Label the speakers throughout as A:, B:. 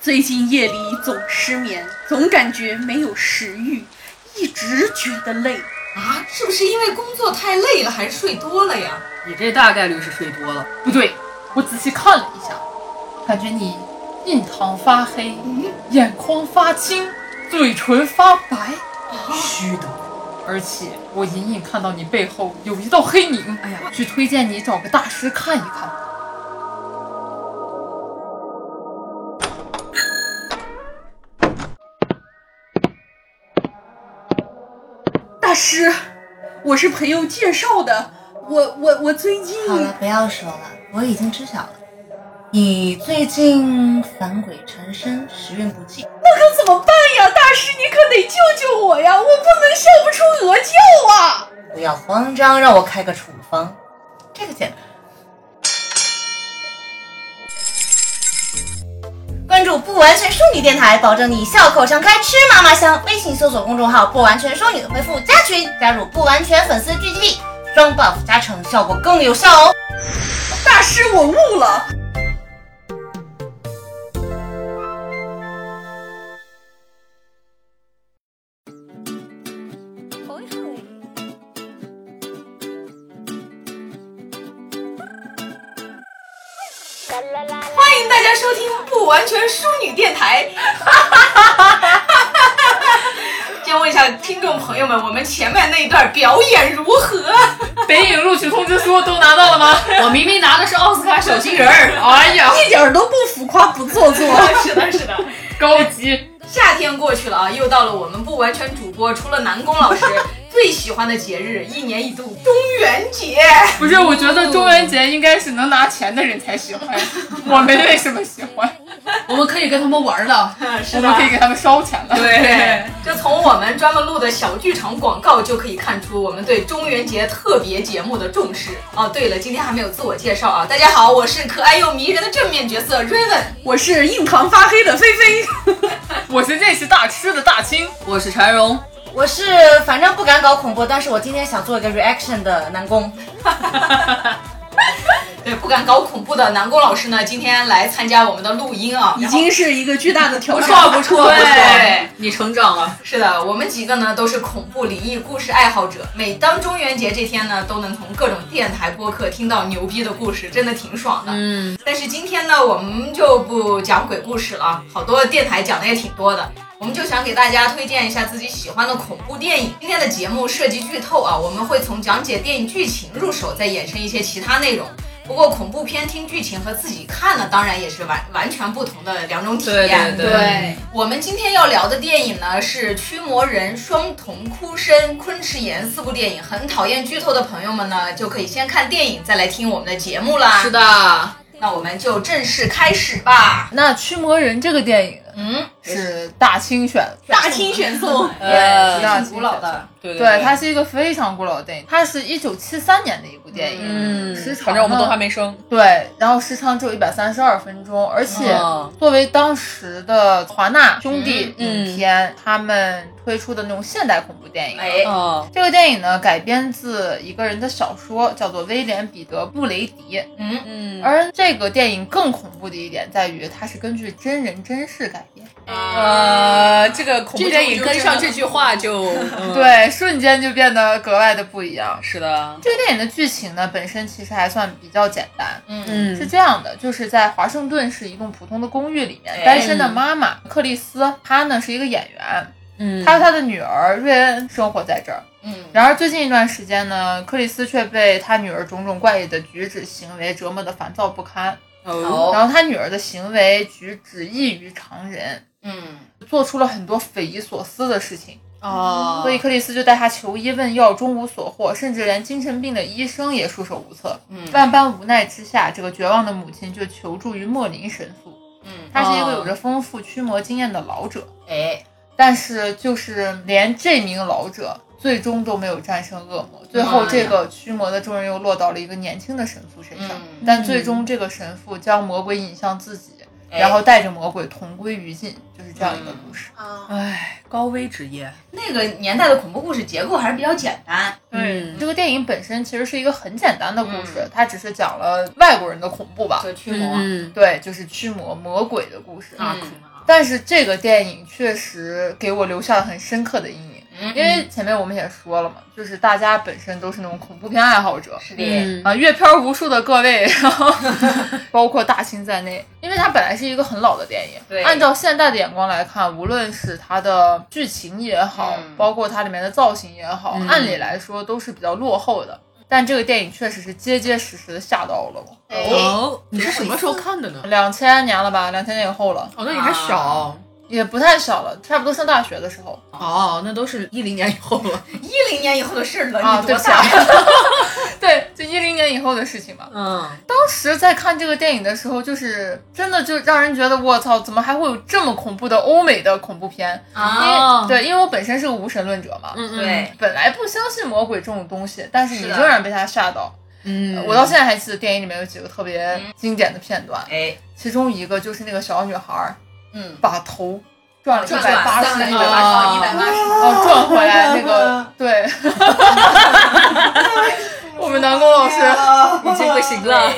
A: 最近夜里总失眠，总感觉没有食欲，一直觉得累。
B: 啊，是不是因为工作太累了，还是睡多了呀？
C: 你这大概率是睡多了。不对，我仔细看了一下，感觉你印堂发黑，眼眶发青，嘴唇发白，虚的。而且我隐隐看到你背后有一道黑影，哎呀，只推荐你找个大师看一看。
A: 大师，我是朋友介绍的，我我我最近
D: 好了，不要说了，我已经知晓了。你最近返鬼缠身，时运不济。
A: 可怎么办呀？大师，你可得救救我呀！我不能笑不出鹅叫啊！
D: 不要慌张，让我开个处方，这个简单。关注不完全淑女电台，保证你笑口常开，吃嘛嘛香。微信搜索公众号“不完全淑女”，回复“加群”，加入不完全粉丝聚集地，双 buff 加成，效果更有效哦。
A: 大师，我悟了。
B: 欢迎大家收听不完全淑女电台。 先问一下听众朋友们，我们前面那一段表演如何？
C: 北影录取通知书都拿到了吗？ 我明明拿的是奥斯卡小金人儿。 哎呀，
A: 一点儿都不浮夸，不做作。
B: 是的，是的。
C: 高级。
B: 夏天过去了啊，又到了我们不完全主播除了南宫 老师最喜欢的节日，一年一度中元节。
C: 不是，我觉得中元节应该是能拿钱的人才喜欢，我们为什么喜欢？
E: 我们可以跟他们玩的。
B: 是
C: 我
B: 的
C: 们可。以给他们烧钱了。
B: 对，就从我们专门录的小剧场广告就可以看出我们对中元节特别节目的重视。哦，对了，今天还没有自我介绍啊，大家好，我是可爱又迷人的正面角色 Raven。
A: 我是印堂发黑的菲菲。
C: 我是认识大吃的大清，
E: 我是柴荣，
D: 我是反正不敢搞恐怖，但是我今天想做一个 reaction 的南宫。
B: 对，不敢搞恐怖的南宫老师呢，今天来参加我们的录音啊，
A: 已经是一个巨大的挑战。
E: 不错
B: 然后。对。
E: 你成长了，
B: 是的，我们几个呢都是恐怖灵异故事爱好者。每当中元节这天呢，都能从各种电台播客听到牛逼的故事，真的挺爽的。嗯，但是今天呢，我们就不讲鬼故事了，好多电台讲的也挺多的。我们就想给大家推荐一下自己喜欢的恐怖电影。今天的节目涉及剧透啊，我们会从讲解电影剧情入手，再衍生一些其他内容。不过恐怖片听剧情和自己看呢，当然也是完完全不同的两种体验。
E: 对对对
B: 对我们今天要聊的电影呢是《驱魔人》《双瞳哭声》《昆池岩》四部电影。很讨厌剧透的朋友们呢，就可以先看电影，再来听我们的节目啦。
E: 是的。
B: 那我们就正式开始吧。
C: 那《驱魔人》这个电影
B: 嗯，
C: 是大清选的，
A: 大清选送，
E: 呃
B: 也挺古老的，
E: 对
C: 对，它是一个非常古老的电影，它是一九七三年的一部电影，
E: 嗯
C: 时，长
E: 反正我们都
C: 呢
E: 还没生。
C: 对，然后时长只有一百三十二分钟，而且
F: 哦
E: 嗯
C: 作为当时的华纳兄弟
E: 嗯嗯
C: 影片、他们推出的那种现代恐怖电影。
B: 哎，
E: 哦，
C: 这个电影呢改编自一个人的小说，叫做威廉·彼得·布雷迪。
B: 嗯，
E: 嗯，
C: 而这个电影更恐怖的一点在于，它是根据真人真事改编，
E: 呃，这个恐怖电影跟上这句话就，嗯，
C: 对，瞬间就变得格外的不一样。
E: 是的，
C: 这个电影的剧情呢，本身其实还算比较简单，
E: 嗯
C: 是这样的，就是在华盛顿市一栋普通的公寓里面
B: 哎，
C: 单身的妈妈克丽斯，她呢是一个演员，
E: 嗯，
C: 她和她的女儿瑞恩生活在这儿。
B: 嗯，
C: 然而最近一段时间呢，克丽斯却被她女儿种种怪异的举止行为折磨得烦躁不堪，
E: 哦，
C: 然后她女儿的行为举止异于常人，
B: 嗯，
C: 做出了很多匪夷所思的事情。
E: 哦，
C: 所以克里斯就带他求医问药，终无所获，甚至连精神病的医生也束手无策。
B: 嗯
C: 万般无奈之下，这个绝望的母亲就求助于莫林神父。
B: 嗯，
C: 他是一个
E: 哦
C: 有着丰富驱魔经验的老者，
B: 哎，
C: 但是就是连这名老者最终都没有战胜恶魔。最后，
B: 妈呀
C: 这个驱魔的重任又落到了一个年轻的神父身上，
B: 嗯
C: 但最终这个神父将魔鬼引向自己，
B: 哎嗯
C: 然后带着魔鬼同归于尽，就是这样一个故事。
E: 哎，高危职业，
B: 那个年代的恐怖故事结构还是比较简单。
C: 对
E: 嗯，
C: 这个电影本身其实是一个很简单的故事，
B: 嗯
C: 它只是讲了外国人的恐怖吧。
B: 就驱魔
E: 嗯，
C: 对，就是驱魔魔鬼的故事。
B: 啊，
E: 嗯
C: 但是这个电影确实给我留下了很深刻的阴影，
B: 嗯
C: 因为前面我们也说了嘛，就是大家本身都是那种恐怖片爱好者，
B: 是的，
E: 嗯，
C: 啊，阅片无数的各位，然后包括大兴在内，因为它本来是一个很老的电影，
B: 对
C: 按照现代的眼光来看，无论是它的剧情也好，
B: 嗯
C: 包括它里面的造型也好，
E: 嗯
C: 按理来说都是比较落后的。但这个电影确实是结结实实的吓到了我，
B: 哎，
E: 哦，你是什么时候看的呢？
C: 两千年了吧，两千年以后了，
E: 哦，那你还小。
C: 也不太小了，差不多上大学的时候
E: 哦，那都是一零年以后了。
B: 一零年以后的事了，
C: 啊，
B: 你
C: 对
B: 多
C: 不起啊
B: 大呀？，
C: 对，就一零年以后的事情嘛。
E: 嗯，
C: 当时在看这个电影的时候，就是真的就让人觉得我操，怎么还会有这么恐怖的欧美的恐怖片？因为、
E: 哦
C: 对，因为我本身是个无神论者嘛，
E: 嗯嗯
B: 对，
C: 本来不相信魔鬼这种东西，但是
B: 是
C: 你
B: 的
C: 仍然被他吓到。
E: 嗯，
C: 我到现在还记得电影里面有几个特别经典的片段，
B: 哎，
C: 其中一个就是那个小女孩儿
B: 嗯，
C: 把头转了一
B: 转
C: 百八十
B: 三
C: 度
B: 个，一百八
E: 哦
B: 十，一百八十，
C: 然后转回来那个对， 我们南宫老师。
E: 已经不行了。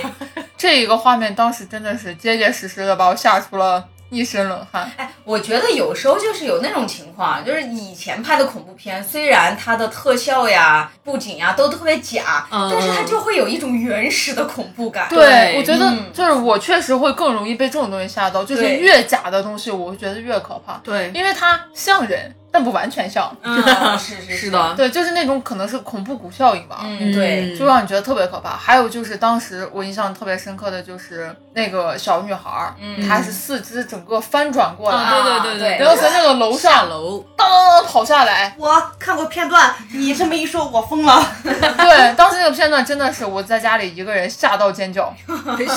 C: 这一个画面当时真的是结结实实的把我吓出了一身冷汗。
B: 哎我觉得有时候就是有那种情况，就是以前拍的恐怖片，虽然它的特效呀、布景呀都特别假，
E: 嗯
B: 但是它就会有一种原始的恐怖感。
E: 对
C: 我觉得
B: 嗯
C: 就是我确实会更容易被这种东西吓到，就是
B: 对
C: 越假的东西，我会觉得越可怕，
E: 对，
C: 因为它像人，但不完全像。
B: 嗯，是是
E: 是，的，
C: 对，就是那种可能是恐怖谷效应吧。
B: 嗯，对，
C: 就让你觉得特别可怕。还有就是当时我印象特别深刻的就是那个小女孩儿，
B: 嗯
C: 她是四肢整个翻转过来，
E: 啊对对
B: 对
C: 然后从那个楼
E: 下
C: 上
E: 楼，
C: 当跑下来，
F: 我看过片段，你这么一说，我疯了。
C: 对，当时那个片段真的是我在家里一个人吓到尖叫。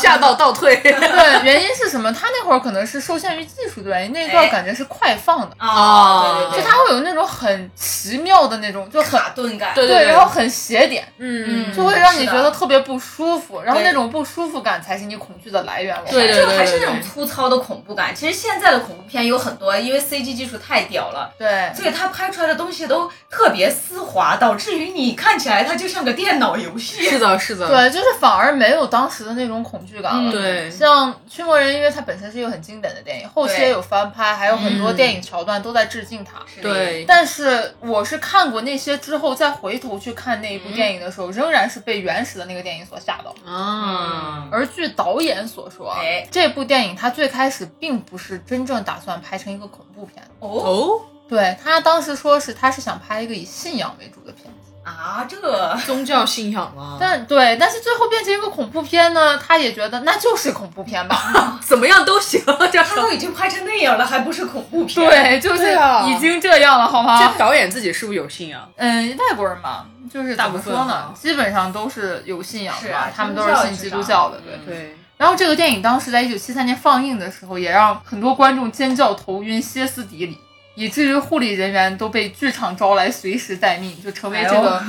E: 吓到倒 退。
C: 对，原因是什么？他那会儿可能是受限于技术的原因，那一段
F: 哎
C: 感觉是快放的，
B: 啊，
E: 哦
B: 对对
C: 就
B: 对，
C: 他会有那种很奇妙的那种，就很
B: 卡顿感，
E: 对
C: 对，然后很斜点，
E: 嗯，
C: 就会让你
B: 是的
C: 觉得特别不舒服，然后
B: 对
C: 那种不舒服感才是你恐惧的来源。我
E: 对
C: 感觉
E: 对
B: 就还是那种粗糙的恐怖感。其实现在的恐怖片有很多，因为 CG 技术太屌了，
C: 对
B: 所以它拍出来的东西都特别丝滑，导致于你看起来它就像个电脑游戏。
E: 是的，是的，
C: 对，就是反而没有当时的那种恐惧感
B: 嗯
C: 了。
E: 对
C: 像《驱魔人》，因为它本身是一个很经典的电影，后期
B: 对
C: 也有翻拍，还有很多
E: 嗯
C: 电影桥段都在致敬它。
B: 是的，
E: 对，
C: 但是我是看过那些之后，再回头去看那一部电影的时候，仍然是被原始的那个电影所吓
E: 嗯
C: 到。
E: 啊，
C: 而据导演所说，啊
B: 哎
C: 这部电影它最开始并不是真正打算拍成一个恐怖片，
B: 哦
E: 哦，
C: 对他当时说是他是想拍一个以信仰为主的片子，
B: 啊，这个
E: 宗教信仰啊，
C: 但对，但是最后变成一个恐怖片呢，他也觉得那就是恐怖片吧，
E: 怎么样都行，这
B: 他都已经拍成那样了，还不是恐怖片？，
C: 对， 就是
E: 对啊
C: 已经这样了，好吗
E: 这？导演自己是不是有信仰？
C: 嗯，外国人嘛，就是
E: 大
C: 怎
E: 部
C: 么
E: 分
C: 说呢
E: 啊，
C: 基本上都是有信仰的
B: 是
C: 吧，
B: 啊
C: 他们
B: 基
C: 都
B: 督
C: 是
B: 教
C: 信
B: 至
C: 基督
B: 上
C: 教的，对。
B: 嗯
E: 对，
C: 然后这个电影当时在一九七三年放映的时候，也让很多观众尖叫、头晕、歇斯底里，以至于护理人员都被剧场招来随时待命，就成为这个。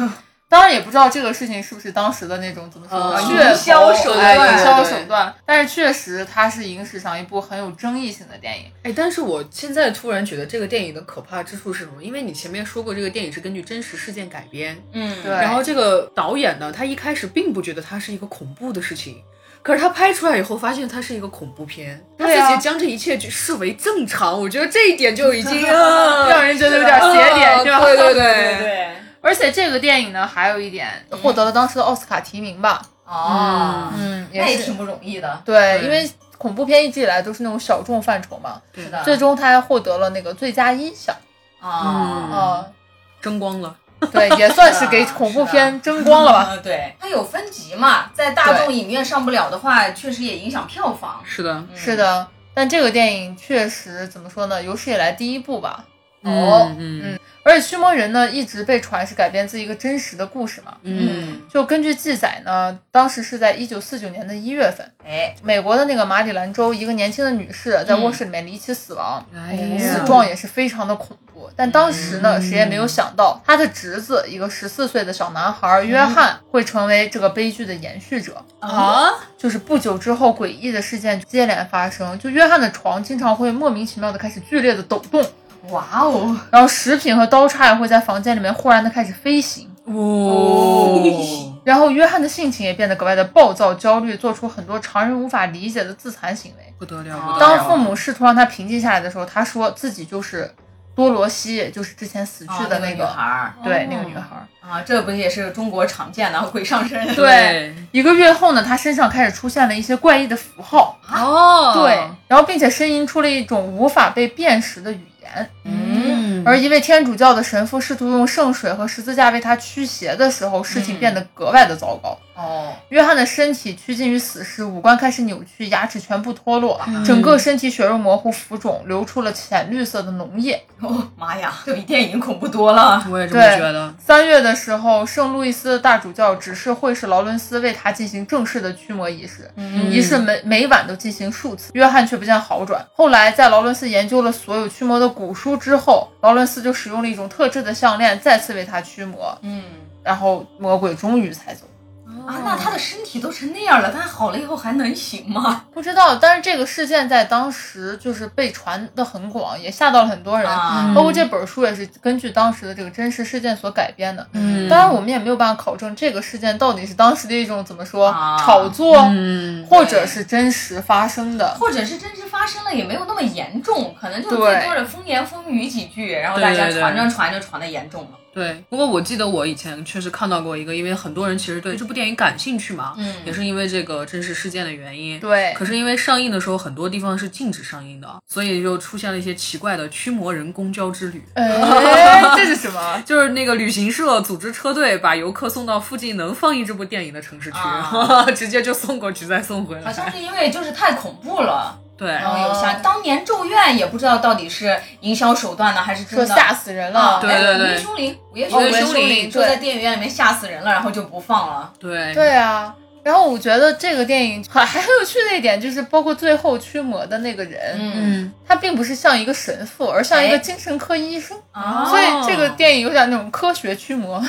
C: 当然也不知道这个事情是不是当时的那种怎么说
F: 哦
C: 呢
D: 嗯
E: 呃
C: 噱
B: 营销手
C: 头
B: 段
C: 哎营销
E: 对
C: 手段，但是确实它是影史上一部很有争议性的电影。
E: 哎，但是我现在突然觉得这个电影的可怕之处是什么？因为你前面说过，这个电影是根据真实事件改编，
B: 嗯，
C: 对，
E: 然后这个导演呢，他一开始并不觉得它是一个恐怖的事情。可是他拍出来以后，发现它是一个恐怖片，他
C: 对啊
E: 自己将这一切就视为正常，我觉得这一点就已经啊
C: 让人觉得有点邪点，是吧？
E: 对对
B: 对
E: 对，
B: 对，
C: 而且这个电影呢，还有一点获得了当时的奥斯卡提名吧。
B: 哦，
E: 啊
C: 嗯，
B: 那也
C: 也是
B: 挺不容易的，
C: 对，
E: 对
C: 因为恐怖片一直以来都是那种小众范畴嘛。
B: 是的，
C: 最终他还获得了那个最佳音响，
B: 啊
E: 嗯。
C: 啊、
E: 争光了。
C: 对，也算是给恐怖片争光了吧。
B: 嗯，对，它有分级嘛，在大众影院上不了的话，确实也影响票房。
E: 是的，
B: 嗯
C: 是，的，但这个电影确实怎么说呢，有史以来第一部吧。
E: 哦，
C: 嗯
E: 嗯
C: 而且《驱魔人》呢，一直被传是改编自一个真实的故事嘛。
E: 嗯
C: 就根据记载呢，当时是在一九四九年的一月份，
B: 哎，
C: 美国的那个马里兰州，一个年轻的女士在卧室里面离奇死亡，
E: 哎呀
C: 死状也是非常的恐怖。但当时呢，谁也没有想到她的侄子，一个十四岁的小男孩约翰，会成为这个悲剧的延续者。
E: 啊，
C: 就是不久之后，诡异的事件接连发生。就约翰的床经常会莫名其妙的开始剧烈的抖动，
B: 哇哦，
C: 然后食品和刀叉也会在房间里面忽然的开始飞行。
E: 哦，
C: 然后约翰的性情也变得格外的暴躁、焦虑，做出很多常人无法理解的自残行为。
E: 不得了，
B: 哦
E: 不得了！
C: 当父母试图让他平静下来的时候，他说自己就是多罗西，也就是之前死去
B: 哦
C: 的
B: 那
C: 个，
B: 女孩儿
C: 对，那个女孩。
B: 啊，这不也是中国常见的鬼上身？
C: 对，一个月后呢，他身上开始出现了一些怪异的符号，
E: 哦，
C: 啊对，然后并且呻吟出了一种无法被辨识的语言。
E: 嗯，
C: 而一位天主教的神父试图用圣水和十字架为他驱邪的时候，事情变得格外的糟糕。
B: 嗯哦，
C: 约翰的身体趋近于死尸，五官开始扭曲，牙齿全部脱落，
B: 嗯
C: 整个身体血肉模糊、浮肿，流出了浅绿色的脓液。
B: 哦妈呀，这比电影恐怖多了。
E: 我也这么
C: 对
E: 觉得。
C: 三月的时候，圣路易斯的大主教指示会士劳伦斯为他进行正式的驱魔仪式，仪式每每晚都进行数次。约翰却不见好转。后来，在劳伦斯研究了所有驱魔的古书之后，劳伦斯就使用了一种特制的项链再次为他驱魔，
B: 嗯
C: 然后魔鬼终于才走。
B: 啊，那他的身体都成那样了，他好了以后还能行吗？
C: 不知道，但是这个事件在当时就是被传的很广，也吓到了很多人。
B: 啊，
C: 包括这本书也是根据当时的这个真实事件所改编的。
E: 嗯
C: 当然我们也没有办法考证这个事件到底是当时的一种怎么说、
B: 啊
C: 炒作，
E: 嗯，
C: 或者是真实发生的。
B: 或者是真实发生了也没有那么严重，可能就
C: 对
B: 最多的风言风语几句，然后大家
E: 对对对
B: 传着传着传的严重了。
E: 对。不过我记得我以前确实看到过一个，因为很多人其实对这部电影感兴趣嘛，
B: 嗯
E: 也是因为这个真实事件的原因。
C: 对
E: 可是因为上映的时候很多地方是禁止上映的，所以就出现了一些奇怪的驱魔人公交之旅。
B: 呃
C: 哎，这是什么？
E: 就是那个旅行社组织车队把游客送到附近能放映这部电影的城市去，
B: 啊
E: 直接就送过去再送回
B: 好像哦
E: 来。
B: 是因为就是太恐怖了，
E: 对，
B: 然后有吓。
E: 哦
B: 当年《咒怨》也不知道到底是营销手段呢，还是真
C: 说
B: 的。
C: 吓死人了。
B: 啊
E: 对对对
B: 哎午夜凶铃，午夜
E: 午夜
B: 凶
E: 凶铃
B: 铃就
C: 对
B: 在电影院里面吓死人了，然后就不放了。
E: 对
C: 对啊。然后我觉得这个电影很很有趣的一点就是，包括最后驱魔的那个人，
B: 嗯
E: 嗯，
C: 他并不是像一个神父，而像一
B: 哎
C: 个精神科医生。
B: 啊，
C: 嗯所以这个电影有点那种科学驱 魔，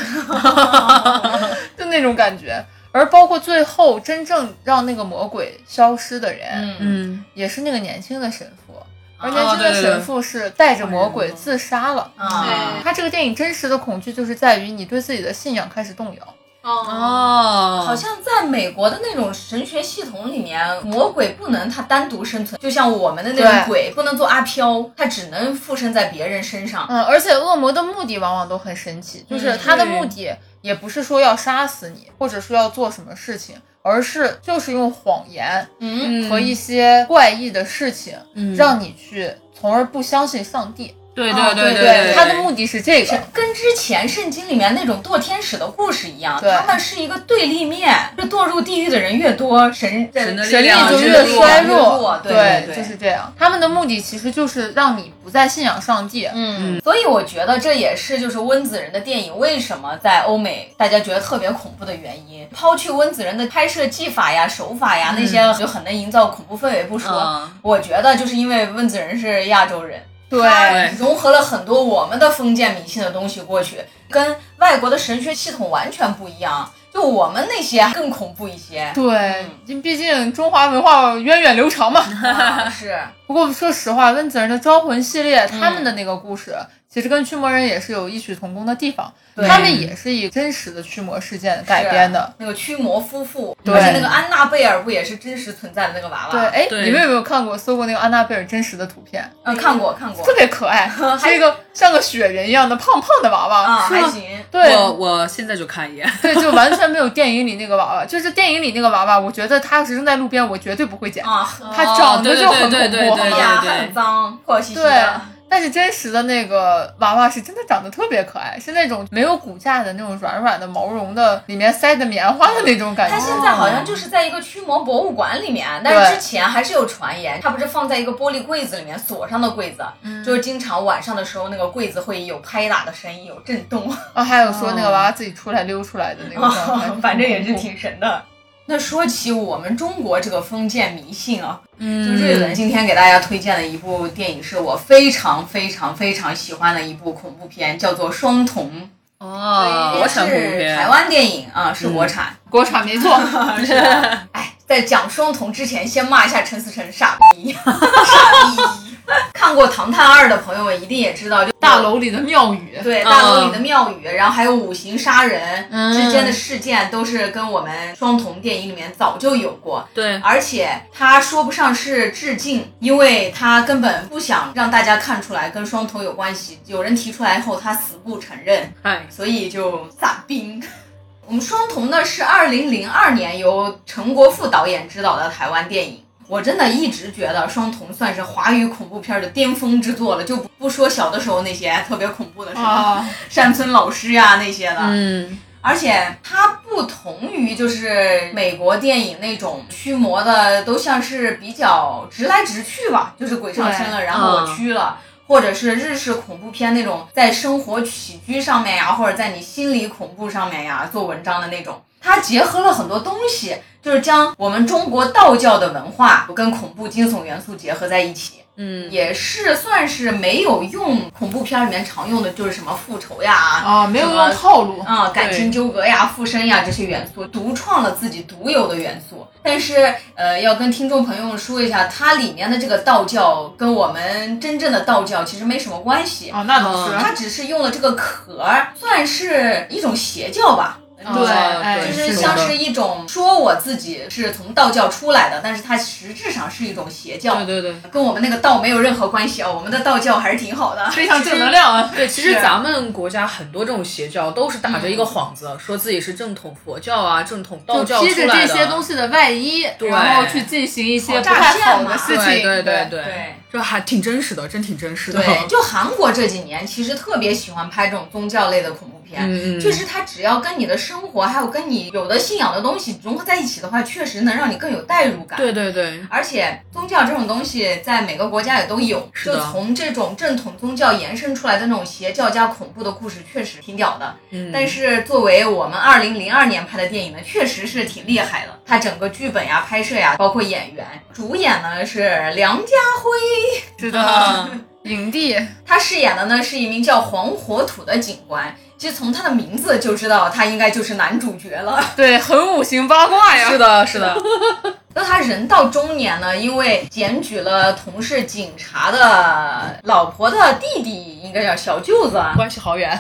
C: 就那种感觉。而包括最后真正让那个魔鬼消失的人，
B: 嗯
E: 嗯，
C: 也是那个年轻的神父。而
B: 哦
C: 年轻的
E: 对对对
C: 神父是带着魔鬼自杀了。
B: 啊，
C: 他这个电影真实的恐惧就是在于你对自己的信仰开始动摇。
E: 哦，
B: 好像在美国的那种神学系统里面，魔鬼不能它单独生存，就像我们的那
C: 对
B: 种鬼不能做阿飘，它只能附身在别人身上。
C: 嗯，而且恶魔的目的往往都很神奇，就是
B: 嗯
C: 他的
E: 对
C: 目的也不是说要杀死你，或者说要做什么事情，而是就是用谎言
B: 嗯，
C: 和一些怪异的事情，
E: 嗯
C: 让你去，从而不相信上帝。
E: 对
B: 哦
E: 对
B: 对
E: 对，
C: 他的目的是这
B: 是
C: 个。
B: 跟之前圣经里面那种堕天使的故事一样，
C: 对
B: 他们是一个对立面，就堕入地狱的人越多，神
E: 神的
C: 神力
E: 量
C: 就
E: 越
C: 越
E: 弱
C: 衰
B: 越
C: 弱
B: 弱，对对
C: 就是这样。他们的目的其实就是让你不再信仰上帝，
B: 嗯，所以我觉得这也是就是温子仁的电影为什么在欧美大家觉得特别恐怖的原因。抛去温子仁的拍摄技法呀、手法呀那些就很能营造恐怖氛围不说，
E: 嗯
B: 我觉得就是因为温子仁是亚洲人，
C: 对
B: 他融合了很多我们的封建迷信的东西过去，跟外国的神学系统完全不一样。就我们那些更恐怖一 些，
C: 对，因毕竟中华文化源远流长嘛。
B: 啊是
C: 不过说实话，温子仁的《招魂》系列，他
E: 嗯
C: 们的那个故事其实跟《驱魔人》也是有异曲同工的地方，
B: 对
C: 他们也是以真实的驱魔事件改编的。
B: 那个驱魔夫妇，
C: 对
B: 而且那个安娜贝尔不也是真实存在的那个娃娃？
C: 对，哎，
E: 啊对
C: 你们有没有看过搜过那个安娜贝尔真实的图片？
B: 嗯，看过看 过
C: 特，别 可爱，是一个像个雪人一样的胖胖的娃娃。
B: 啊，
E: 是吗
B: 还行。
C: 对，
E: 我我现在就看一眼，
C: 对，就完全没有电影里那个娃娃。就是电影里那个娃娃，我觉得他要是扔在路边，我绝对不会捡。
B: 啊，哎
C: 他长得就很
E: 哦对对对
C: 恐怖，好
E: 对对
C: 吧？
B: 呀，它很脏，破兮兮
C: 对
B: 的。。
C: 但是真实的那个娃娃是真的长得特别可爱，是那种没有骨架的那种软软的毛绒的，里面塞的棉花的那种感
B: 它
C: 觉。
B: 现在好像就是在一个驱魔博物馆里面，但是之前还是有传言，它不是放在一个玻璃柜子里面锁上的柜子，
E: 嗯
B: 就是经常晚上的时候那个柜子会有拍打的声音，有震动，
C: 啊，还有说那个娃娃自己出来溜出来的那个状态，
B: 哦 反正也是挺神的。那说起我们中国这个封建迷信啊，
E: 嗯
B: 就瑞文今天给大家推荐的一部电影，是我非常非常非常喜欢的一部恐怖片，叫做《双瞳》，
E: 哦， 国产恐怖
B: 是
E: 片，嗯
B: 台湾电影啊，是国产。
C: 国产 没错。
B: 哎，在讲双瞳之前，先骂一下陈思诚傻逼，傻逼。看看过《唐探二》的朋友们一定也知道，就
C: 大楼里的庙宇，
B: 对大楼里的庙宇，然后还有五行杀人之间的事件，都是跟我们双瞳电影里面早就有过。
E: 对，
B: 而且他说不上是致敬，因为他根本不想让大家看出来跟双瞳有关系。有人提出来后，他死不承认，
E: 嗨，
B: 所以就散兵。我们双瞳呢是二零零二年由陈国富导演执导的台湾电影。我真的一直觉得《双瞳》算是华语恐怖片的巅峰之作了，就不不说小的时候那些特别恐怖的什么、
C: 啊，
B: 山村老师呀、那些的，
E: 嗯，
B: 而且它不同于就是美国电影那种驱魔的，都像是比较直来直去吧，就是鬼上身了，然后我驱了。或者是日式恐怖片那种，在生活起居上面呀，或者在你心理恐怖上面呀做文章的那种，它结合了很多东西，就是将我们中国道教的文化跟恐怖惊悚元素结合在一起。
E: 嗯，
B: 也是算是没有用恐怖片里面常用的，就是什么复仇呀、
C: 啊，没有
B: 什么
C: 用套路，
B: 啊、感情
E: 对
B: 纠葛呀、附身呀这些元素，独创了自己独有的元素。但是，呃，要跟听众朋友们说一下，它里面的这个道教跟我们真正的道教其实没什么关系，嗯
C: 啊，那倒是，
B: 它只是用了这个壳儿，算是一种邪教吧。
C: 对，哎，
B: 就
E: 对
B: 是
E: 是
B: 像
E: 的
B: 是一种说我自己是从道教出来的，但是它实质上是一种邪教，
E: 对对对。
B: 跟我们那个道没有任何关系啊。我们的道教还是挺好的，
C: 非常正能量啊，
E: 对，其实
C: 是
E: 咱们国家很多这种邪教都是打着一个幌子，说自己是正统佛教啊、正统道教
C: 就
E: 出
C: 披着
E: 来
C: 这
E: 的。
C: 些东西的外衣，
E: 对
C: 然后去进行一些不
B: 诈
C: 太
B: 骗
C: 好
B: 嘛
C: 的事
E: 对
C: 情，
E: 对对
C: 对，
B: 对
E: 这还挺真实的，真挺真 实的。
B: 对，就韩国这几年其实特别喜欢拍这种宗教类的恐怖片，
E: 嗯嗯
B: 就是它只要跟你的生活还有跟你有的信仰的东西融合在一起的话，确实能让你更有代入感。
E: 对对 对，
B: 而且宗教这种东西在每个国家也都有，
E: 是
B: 就
E: 的
B: 从这种正统宗教延伸出来的那种邪教加恐怖的故事，确实挺屌的。
E: 嗯，
B: 但是作为我们二零零二年拍的电影呢，确实是挺厉害的。它整个剧本呀、拍摄呀，包括演员，主演呢是梁家辉，
C: 是
E: 啊
C: 的，
B: 嗯
C: 影帝，
B: 他饰演的呢是一名叫黄火土的警官。其实从他的名字就知道，他应该就是男主角了。
C: 对，很五行八卦呀，
E: 是的，是的，
B: 那他人到中年呢，因为检举了同是警察的老婆的弟弟，应该叫小舅子啊，
E: 关系好 远。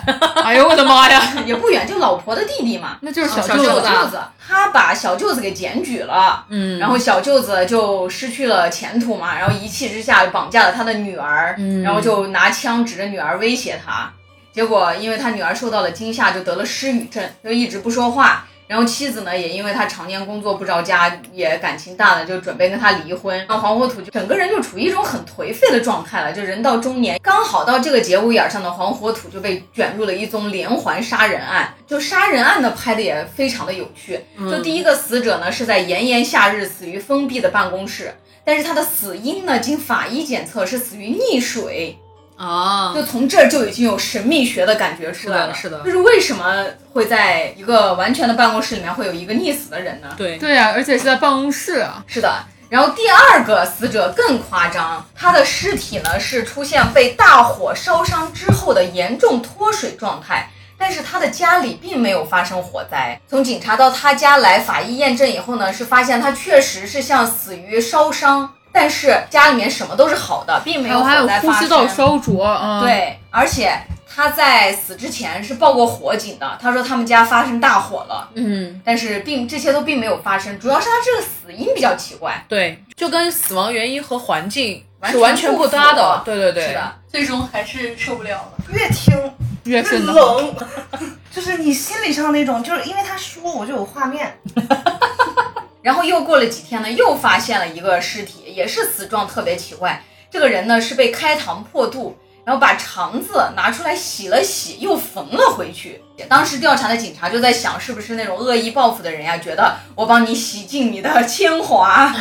C: 哎呦我的妈呀，
B: 也不远，就老婆的弟弟嘛。
C: 那就是
E: 小舅
C: 舅子
E: 子
B: 小舅子，他把小舅子给检举了，
E: 嗯，
B: 然后小舅子就失去了前途嘛，然后一气之下绑架了他的女儿，
E: 嗯
B: 然后就拿枪指着女儿威胁他，结果因为他女儿受到了惊吓，就得了失语症，就一直不说话。然后妻子呢，也因为他常年工作不着家，也感情淡了，就准备跟他离婚。那黄火土就整个人就处于一种很颓废的状态了，就人到中年，刚好到这个节骨眼上的黄火土就被卷入了一宗连环杀人案。就杀人案呢，拍的也非常的有趣。就第一个死者呢，是在炎炎夏日死于封闭的办公室，但是他的死因呢，经法医检测是死于溺水。
C: 哦
E: 啊，
B: 就从这儿就已经有神秘学的感觉出来了。
E: 是的是的
B: 就是为什么会在一个完全的办公室里面会有一个溺死的人呢？
E: 对，
C: 对啊呀，而且是在办公室啊，
B: 是的。然后第二个死者更夸张，他的尸体呢是出现被大火烧伤之后的严重脱水状态，但是他的家里并没有发生火灾。从警察到他家来法医验证以后呢，是发现他确实是像死于烧伤，但是家里面什么都是好的，并没
C: 还有还有
B: 火灾
C: 呼
B: 发
C: 吸
B: 生。
C: 道烧灼啊，，
B: 对，而且他在死之前是报过火警的，他说他们家发生大火了，
E: 嗯，
B: 但是并这些都并没有发生，主要是他这个死因比较奇怪。
E: 对，就跟死亡原因和环境
B: 完
E: 是
B: 全
E: 完全
B: 不
E: 不搭
B: 符
E: 的
B: 合。
E: 对对对，
B: 是的，
F: 最终还是受不了了。越听
C: 越
F: 越
C: 是的话，
F: 冷， 就是你心理上那种，就是因为他说我就有画面，
B: 然后又过了几天呢，又发现了一个尸体，也是死状特别奇怪。这个人呢是被开膛破肚，然后把肠子拿出来洗了洗，又缝了回去。当时调查的警察就在想，是不是那种恶意报复的人呀？觉得我帮你洗净你的铅华，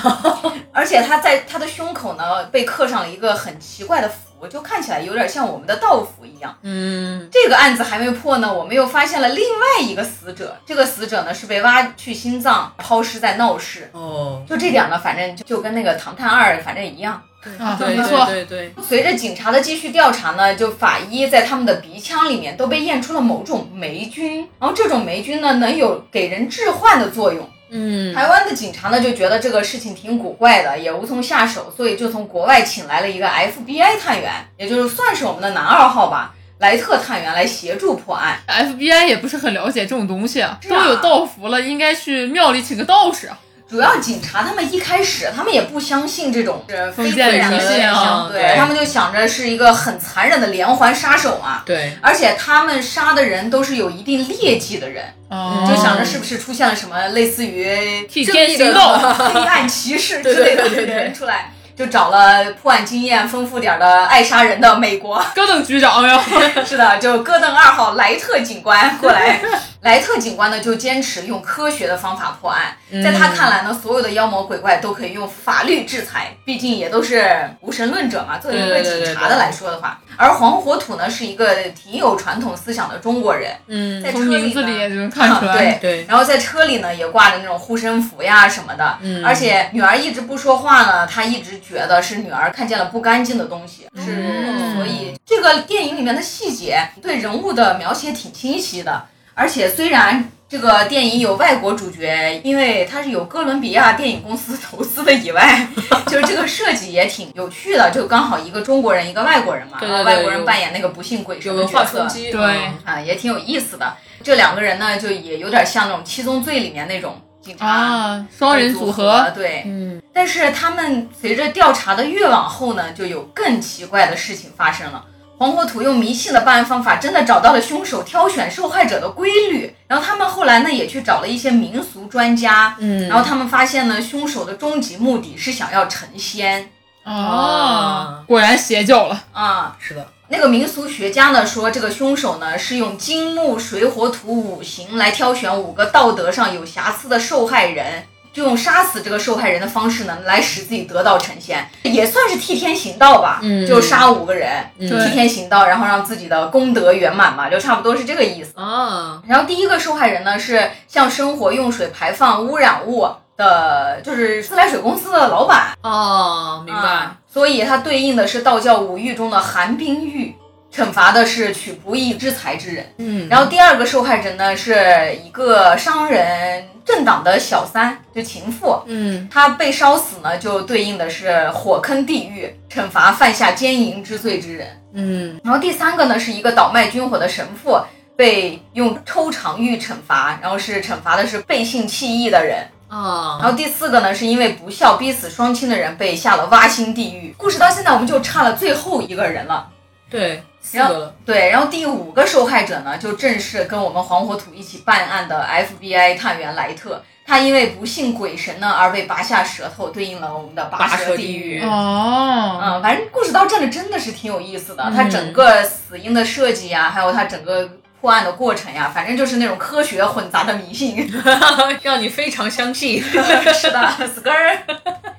B: 而且他在他的胸口呢被刻上了一个很奇怪的符，就看起来有点像我们的道符一样。
E: 嗯，
B: 这个案子还没破呢，我们又发现了另外一个死者，这个死者呢是被挖去心脏抛尸在闹市。
E: 哦，
B: 就这点呢，反正就就跟那个《唐探二》反正一样。
C: 啊，
E: 对
C: 没错，
E: 对对对，
B: 随着警察的继续调查呢，就法医在他们的鼻腔里面都被验出了某种霉菌，然后这种霉菌呢能有给人致幻的作用，
E: 嗯
B: 台湾的警察呢就觉得这个事情挺古怪的，也无从下手，所以就从国外请来了一个 FBI 探员，也就是算是我们的男二号吧，莱特探员来协助破案。
C: ，FBI 也不是很了解这种东西啊，
B: 是
C: 都
B: 啊
C: 有道符了，应该去庙里请个道士啊。
B: 主要警察他们一开始他们也不相信这种呃非
C: 封
B: 自
C: 建
B: 然的
C: 迷信啊
B: 对
E: 对
B: 他们就想着是一个很残忍的连环杀手嘛。
E: 对，
B: 而且他们杀的人都是有一定劣迹的人，
C: 哦
B: 就想着是不是出现了什么类似于
C: 替
B: 正
C: 天
B: 义的
C: 行道
B: 黑暗骑士之类的
E: 对对对对
B: 人出来，就找了破案经验丰富点儿的爱杀人的美国
C: 高等局长啊 呀，
B: 是的，就戈登二号莱特警官过 来。莱特警官呢，就坚持用科学的方法破案。在
E: 嗯
B: 他看来呢，所有的妖魔鬼怪都可以用法律制裁，毕竟也都是无神论者嘛。作为一个
E: 对对对
B: 警察的来说的话，而黄火土呢，是一个挺有传统思想的中国人，
E: 嗯
B: 在车
C: 从
B: 里
C: 名字
B: 呢
C: 里也就能看出来。
B: 啊对
E: 对，
B: 然后在车里呢也挂着那种护身符呀什么的，
E: 嗯
B: 而且女儿一直不说话呢，她一直觉得是女儿看见了不干净的东西，是，
E: 嗯
B: 所以这个电影里面的细节对人物的描写挺清晰的，而且虽然。这个电影有外国主角，因为它是有哥伦比亚电影公司投资的 以外，就是这个设计也挺有趣的，就刚好一个中国人一个外国人嘛，
E: 对对
B: 然后
E: 对
B: 外国人
E: 有
B: 扮演那个不幸鬼神
E: 有
B: 的
E: 文
B: 角
E: 化
B: 色
E: 冲击，
C: 对
E: 嗯
B: 啊，也挺有意思的。这两个人呢，就也有点像那种《七宗罪》里面那种警察、
C: 啊，双人组
B: 合
C: 合，，
B: 对。
E: 嗯，
B: 但是他们随着调查的越往后呢，就有更奇怪的事情发生了。黄火土用迷信的办案方法，真的找到了凶手挑选受害者的规律。然后他们后来呢，也去找了一些民俗专家，
E: 嗯
B: 然后他们发现呢，凶手的终极目的是想要成仙
C: 啊
E: 啊，
C: 果然邪教了。
B: 啊。
E: 是的，
B: 那个民俗学家呢说，这个凶手呢是用金木水火土五行来挑选五个道德上有瑕疵的受害人，就用杀死这个受害人的方式呢来使自己得道成仙，也算是替天行道吧。
E: 嗯
B: 就杀五个人，
C: 对
B: 替天行道，然后让自己的功德圆满嘛，就差不多是这个意思。
E: 啊，
B: 然后第一个受害人呢是向生活用水排放污染物的，就是自来水公司的老板。
E: 哦，明白
B: 啊，所以它对应的是道教五欲中的寒冰欲，惩罚的是取不义之财之人。
E: 嗯
B: 然后第二个受害人呢，是一个商人政党的小三，就情妇。
E: 嗯，
B: 他被烧死呢，就对应的是火坑地狱，惩罚犯下奸淫之罪之人。
E: 嗯，
B: 然后第三个呢，是一个倒卖军火的神父，被用抽肠玉惩罚，然后是惩罚的是背信弃义的人。
E: 啊，
B: 然后第四个呢，是因为不孝逼死双亲的人被下了挖心地狱。故事到现在我们就差了最后一个人了。
E: 对，四
B: 然后
E: 个了，
B: 对，然后第五个受害者呢，就正是跟我们黄火土一起办案的 FBI 探员莱特。他因为不信鬼神呢而被拔下舌头，对应了我们的
E: 拔
B: 舌
E: 舌
B: 地
E: 地狱嗯
C: 哦，
B: 嗯，反正故事到这里真的是挺有意思的，它整
E: 嗯
B: 个死因的设计呀、还有它整个破案的过程呀、反正就是那种科学混杂的迷信。
E: 让你非常相 信，
B: 是的，死根儿。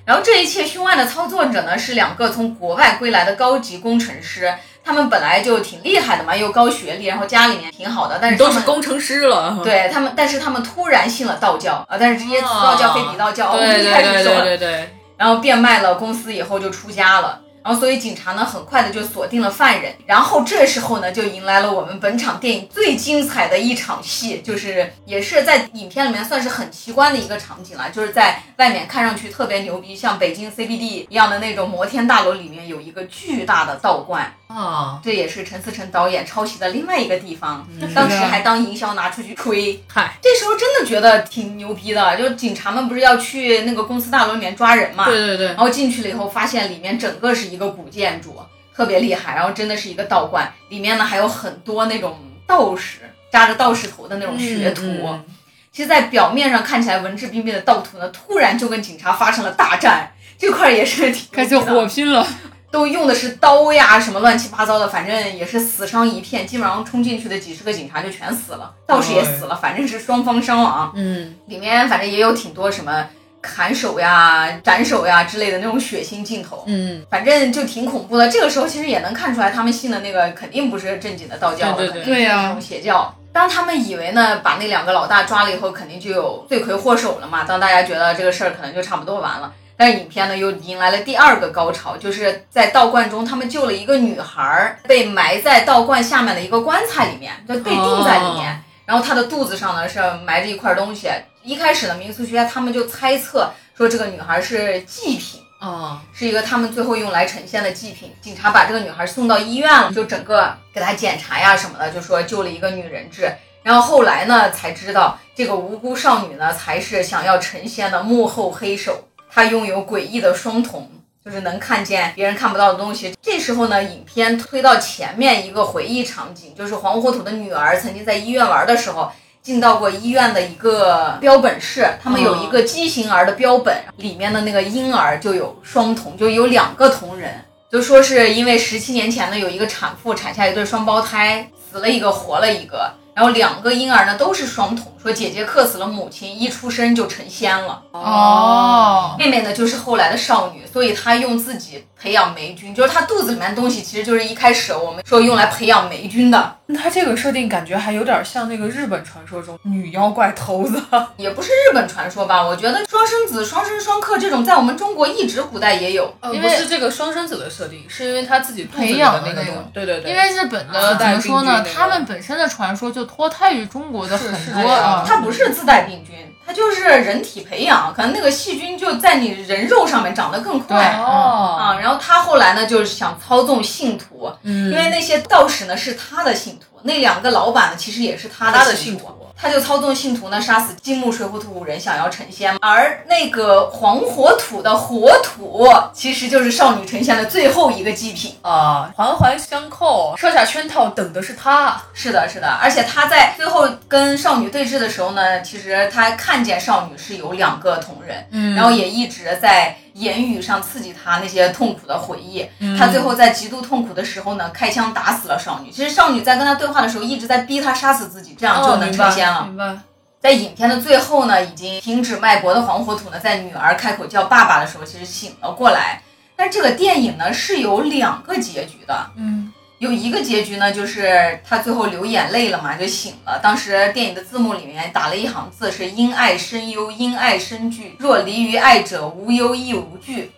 B: 然后这一切凶案的操作者呢，是两个从国外归来的高级工程师，他们本来就挺厉害的嘛，又高学历，然后家里面挺好的，但是他
E: 都
B: 们
E: 是工程师了，
B: 对他们，但是他们突然信了道教啊，但是直接此道教非彼道教，哦我
E: 哦对
B: 们一
E: 对
B: 开始
E: 对
B: 说
E: 对
B: 了
E: 对对，
B: 然后变卖了公司以后就出家了。然后，所以警察呢，很快的就锁定了犯人。然后这时候呢，就迎来了我们本场电影最精彩的一场戏，就是也是在影片里面算是很奇观的一个场景了，就是在外面看上去特别牛逼，像北京 CBD 一样的那种摩天大楼里面有一个巨大的道观，
E: 啊，
B: 这也是陈思诚导演抄袭的另外一个地方，当时还当营销拿出去吹。
E: 嗯嗨，
B: 这时候真的觉得挺牛逼的，就警察们不是要去那个公司大楼里面抓人嘛？
E: 对对对
B: 然，后进去了以后，发现里面整个是一个古建筑，特别厉害。然后真的是一个道观，里面呢还有很多那种道士，扎着道士头的那种学徒。
E: 嗯
B: 其实，在表面上看起来文质彬彬的道徒呢，突然就跟警察发生了大战。这块儿也是挺
C: 开始火拼了。
B: 都用的是刀呀，什么乱七八糟的，反正也是死伤一片。基本上冲进去的几十个警察就全死了，道士也死
E: 哦
B: 了，反正是双方伤亡。
E: 嗯，
B: 里面反正也有挺多什么砍手呀、斩首呀之类的那种血腥镜头，
E: 嗯，
B: 反正就挺恐怖的。这个时候其实也能看出来，他们信的那个肯定不是正经的道教了，
E: 对对对
B: 肯定
C: 对
B: 是
C: 呀
B: 那种邪教。当他们以为呢，把那两个老大抓了以后，肯定就有罪魁祸首了嘛。当大家觉得这个事儿可能就差不多完了，但是影片呢又迎来了第二个高潮，就是在道观中，他们救了一个女孩儿，被埋在道观下面的一个棺材里面，就被钉在里面。
E: 哦
B: 然后她的肚子上呢是埋着一块东西。一开始呢，民俗学家他们就猜测说这个女孩是祭品，
E: 啊，
B: 是一个他们最后用来呈现的祭品。警察把这个女孩送到医院了，就整个给她检查呀什么的，就说救了一个女人质。然后后来呢，才知道这个无辜少女呢，才是想要成仙的幕后黑手。她拥有诡异的双瞳，就是能看见别人看不到的东西。这时候呢，影片推到前面一个回忆场景，就是黄火土的女儿曾经在医院玩的时候。进到过医院的一个标本室，他们有一个畸形儿的标本，里面的那个婴儿就有双瞳，就有两个瞳人，就说是因为十七年前呢，有一个产妇产下一对双胞胎，死了一个，活了一个，然后两个婴儿呢都是双瞳，说姐姐克死了母亲，一出生就成仙了。
C: 哦，
B: 妹妹呢就是后来的少女，所以她用自己培养霉菌，就是她肚子里面的东西，其实就是一开始我们说用来培养霉菌的，
E: 它这个设定感觉还有点像那个日本传说中女妖怪头子。
B: 也不是日本传说吧？我觉得双生子、双生双克这种，在我们中国一直古代也有。
E: 呃，
C: 因
E: 不
C: 为
E: 是这个双生子的设定，是因为他自己肚子里
C: 培
E: 的
C: 养
E: 那
C: 的
E: 个
C: 那
E: 东
C: 个
E: 对对对，
C: 因为日本的
E: 自
C: 怎
E: 带
C: 么说呢
E: 病菌那？个
C: 他们本身的传说就脱胎于中国的
E: 是是
C: 很
E: 这
C: 多
E: 样
C: 啊，
B: 它不是自带病菌，它就是人体培养，可能那个细菌就在你人肉上面长得更
C: 对
B: 快。
E: 哦，
B: 啊，然后他后来呢，就是想操纵信徒，
E: 嗯
B: 因为那些道士呢是他的信徒，那两个老板呢其实也是他
E: 他的
B: 信
E: 信
B: 徒
E: 徒，
B: 他就操纵信徒呢杀死金木水火土五人，想要成仙。而那个黄火土的火土，其实就是少女成仙的最后一个祭品。
E: 啊，环环相扣，设下圈套，等的是他。
B: 是的，是的，而且他在最后跟少女对峙的时候呢，其实他看见少女是有两个同人，嗯，然后也一直在言语上刺激他那些痛苦的回忆。
E: 嗯
B: 他最后在极度痛苦的时候呢，开枪打死了少女。其实少女在跟他对话的时候，一直在逼他杀死自己，这样就能成仙了。
E: 哦明白。嗯
B: 在影片的最后呢，已经停止脉搏的黄火土呢，在女儿开口叫爸爸的时候，其实醒了过来。但这个电影呢是有两个结局的，
C: 嗯，
B: 有一个结局呢，就是他最后流眼泪了嘛，就醒了。当时电影的字幕里面打了一行字是“因爱生忧，因爱生惧，若离于爱者，无忧亦无惧”。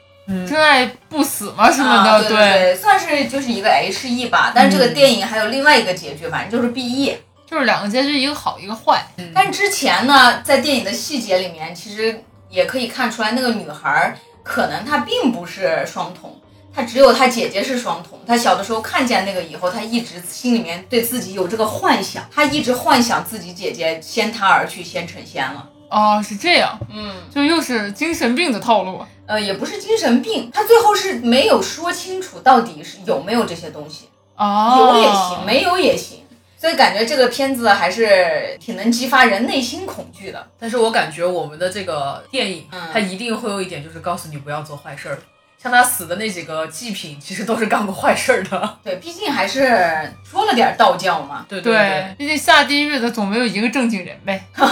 C: 真爱不死嘛什么
B: 啊、
C: 的，
B: 对对，算是就是一个 H E 吧。但是这个电影还有另外一个结局，反正就是 B E。
C: 就是两个结局，一个好，一个坏。
B: 但之前呢，在电影的细节里面，其实也可以看出来，那个女孩儿可能她并不是双瞳，她只有她姐姐是双瞳。她小的时候看见那个以后，她一直心里面对自己有这个幻想，她一直幻想自己姐姐先她而去，先成仙了。
C: 哦，是这样，
B: 嗯，
C: 就又是精神病的套路。
B: 呃，也不是精神病，她最后是没有说清楚到底是有没有这些东西。
C: 哦，
B: 有也行，没有也行。所以感觉这个片子还是挺能激发人内心恐惧的。
E: 但是我感觉我们的这个电影，
B: 嗯
E: 它一定会有一点，就是告诉你不要做坏事儿。像他死的那几个祭品，其实都是干过坏事儿的。
B: 对，毕竟还是说了点道教嘛。
E: 对对
C: 对，毕竟下地狱的总没有一个正经人呗。
B: 对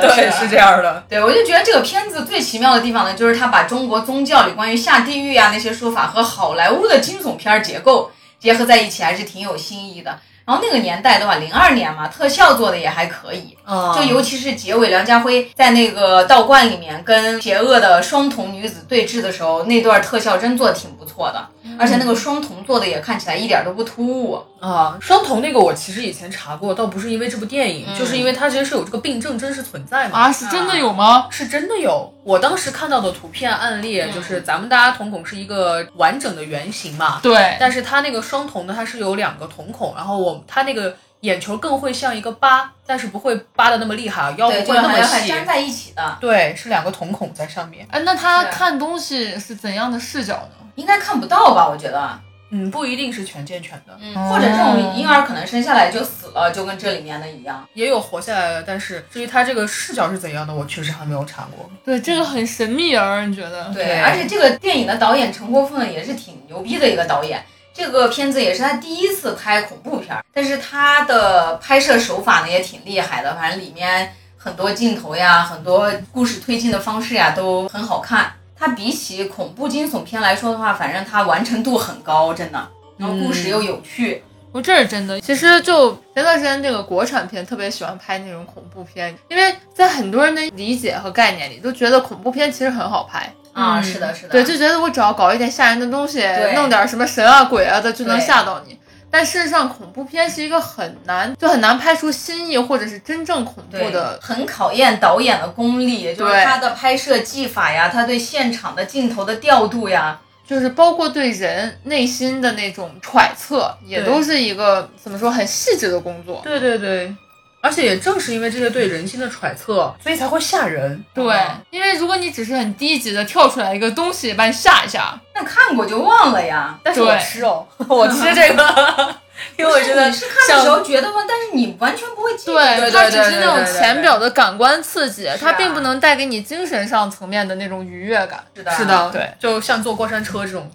E: 对，对是这样的。
B: 对，我就觉得这个片子最奇妙的地方呢，就是它把中国宗教里关于下地狱啊那些说法和好莱坞的惊悚片儿结构结合在一起，还是挺有新意的。然后那个年代对吧，零二年嘛，特效做的也还可以，
E: 啊
B: 就尤其是结尾梁家辉在那个道观里面跟邪恶的双瞳女子对峙的时候，那段特效真做的挺不错的，而且那个双瞳做的也看起来一点都不突兀。
E: 啊，双瞳那个我其实以前查过，倒不是因为这部电影，
B: 嗯
E: 就是因为它其实是有这个病症真实存在嘛。
C: 啊，是真的有吗？
E: 是真的有，我当时看到的图片案例就是咱们大家瞳孔是一个完整的圆形嘛，
C: 对，
E: 但是它那个双瞳呢，它是有两个瞳孔，然后我它那个眼球更会像一个疤，但是不会疤的那么厉害，啊腰不
B: 对，这
E: 会
B: 个
E: 那
B: 好
E: 么
B: 像还
E: 细。
B: 粘在一起的，
E: 对，是两个瞳孔在上面。
C: 哎，那他
B: 是
C: 看东西是怎样的视角呢？
B: 应该看不到吧？我觉得，
E: 嗯，不一定是全健全的，
B: 嗯，或者这种婴儿可能生下来就死了，就跟这里面的一样。
E: 也有活下来的，但是至于它这个视角是怎样的，我确实还没有查过。
C: 对，这个很神秘啊，你觉得？
B: 对，而且这个电影的导演陈国富呢，也是挺牛逼的一个导演。这个片子也是他第一次拍恐怖片儿，但是他的拍摄手法呢也挺厉害的，反正里面很多镜头呀，很多故事推进的方式呀都很好看。它比起恐怖惊悚片来说的话，反正它完成度很高，真的。然后故事又有趣，
C: 我这是真的。其实就前段时间这个国产片特别喜欢拍那种恐怖片，因为在很多人的理解和概念里都觉得恐怖片其实很好拍。
B: 啊，是的，是的，
C: 对，就觉得我只要搞一点吓人的东西
B: 对，
C: 弄点什么神啊鬼啊的就能
B: 对
C: 吓到你。但事实上，恐怖片是一个很难，就很难拍出新意或者是真正恐怖
B: 对
C: 的。
B: 很考验导演的功力，就是
C: 对
B: 他的拍摄技法呀，他对现场的镜头的调度呀，
C: 就是包括对人内心的那种揣测，也
B: 对
C: 都是一个怎么说很细致的工作。
E: 对对对，而且也正是因为这些对人心的揣测，所以才会吓人。哦
C: 对，因为如果你只是很低级的跳出来一个东西把你吓一吓，
B: 那看过就忘了呀。
E: 但是我
C: 对
E: 吃哦， 我吃这 个，因为我觉得
B: 你是看的时候觉得吗？但是你完全不会记得。
E: 对
C: 它
E: 对
C: 只是
E: 对
C: 那种
E: 对对
C: 浅表的感官刺激，它
B: 啊
C: 并不能带给你精神上层面的那种愉悦感。
B: 是的，
E: 是，的，
C: 对，
E: 就像坐过山车这种，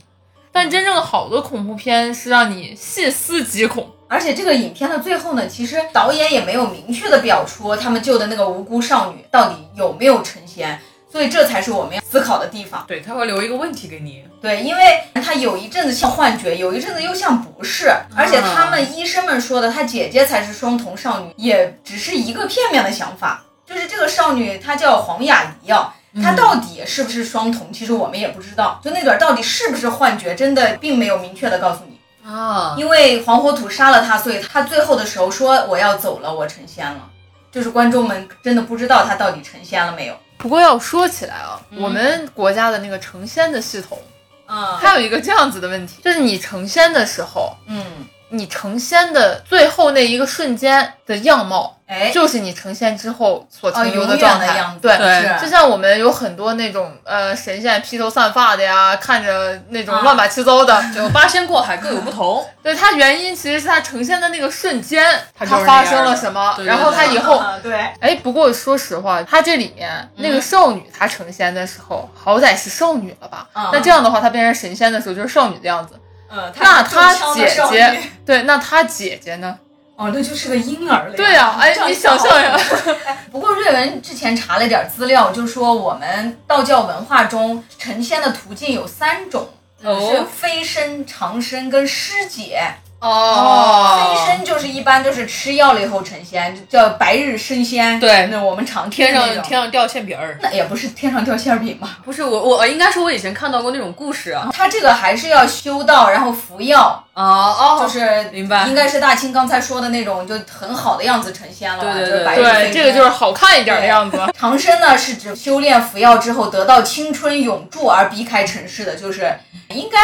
C: 但真正好的恐怖片是让你细思极恐。
B: 而且这个影片的最后呢，其实导演也没有明确的表出他们救的那个无辜少女到底有没有成仙，所以这才是我们要思考的地方。
E: 对，他会留一个问题给你。
B: 对，因为他有一阵子像幻觉，有一阵子又像不是，
C: 啊
B: 而且他们医生们说的，他姐姐才是双瞳少女，也只是一个片面的想法。就是这个少女，她叫黄雅怡啊，
C: 嗯
B: 她到底是不是双瞳，其实我们也不知道。就那段到底是不是幻觉，真的并没有明确的告诉你。
E: 啊，
B: 因为黄火土杀了她，所以她最后的时候说我要走了，我成仙了。就是观众们真的不知道她到底成仙了没有。
C: 不过要说起来啊，我们国家的那个成仙的系统，
B: 嗯
C: 它有一个这样子的问题，就是你成仙的时候，
B: 嗯，
C: 你成仙的最后那一个瞬间的样貌，
B: 哎，
C: 就是你成仙之后所
B: 哦，
C: 存留
B: 永远
C: 状
B: 的
C: 态。
B: 样子，
C: 对，
E: 对
B: 是
C: 就像我们有很多那种呃神仙披头散发的呀，看着那种乱八七糟 的，
E: 就八仙过海各有不同。
C: 对它原因其实是它呈现的那个瞬间，它
E: 它就是
C: 发
E: 那样
C: 生了
E: 的
C: 什么，
E: 对对
C: 然后它以后。
B: 啊对，
C: 哎，不过说实话，她这里面那个少女，她成仙的时候，好歹是少女了吧？
B: 嗯
C: 那这样的话，她变成神仙的时候就是少女的样子。
B: 嗯，
C: 那她
B: 她
C: 姐姐，对，那她姐姐呢？
B: 哦，那就是个婴儿了。
C: 对呀、哎，你想象一下，
B: 哦哎不过瑞文之前查了点资料，就说我们道教文化中成仙的途径有三种。
C: 哦
B: 是飞升、长生跟师姐。
E: 哦
B: 飞
C: 哦，
B: 升就是一般就是吃药了以后成仙，叫白日升仙。
E: 对
B: 那我们常听
E: 天
B: 的那
E: 上
B: 种
E: 天上掉馅饼儿，
B: 那也不是天上掉馅儿饼嘛。
E: 不是我我应该说，我以前看到过那种故事啊
B: 他这个还是要修道，然后服药，
E: 哦哦，
B: 就是
E: 明白
B: 应该是大清刚才说的那种，就很好的样子成仙了吧。
E: 对对
B: 就
E: 对
B: 白日
C: 对，
B: 飞
C: 这个
B: 升
C: 就是好看一点的样子。
B: 长生呢，是指修炼服药之后得到青春永驻而避开尘世的，就是应该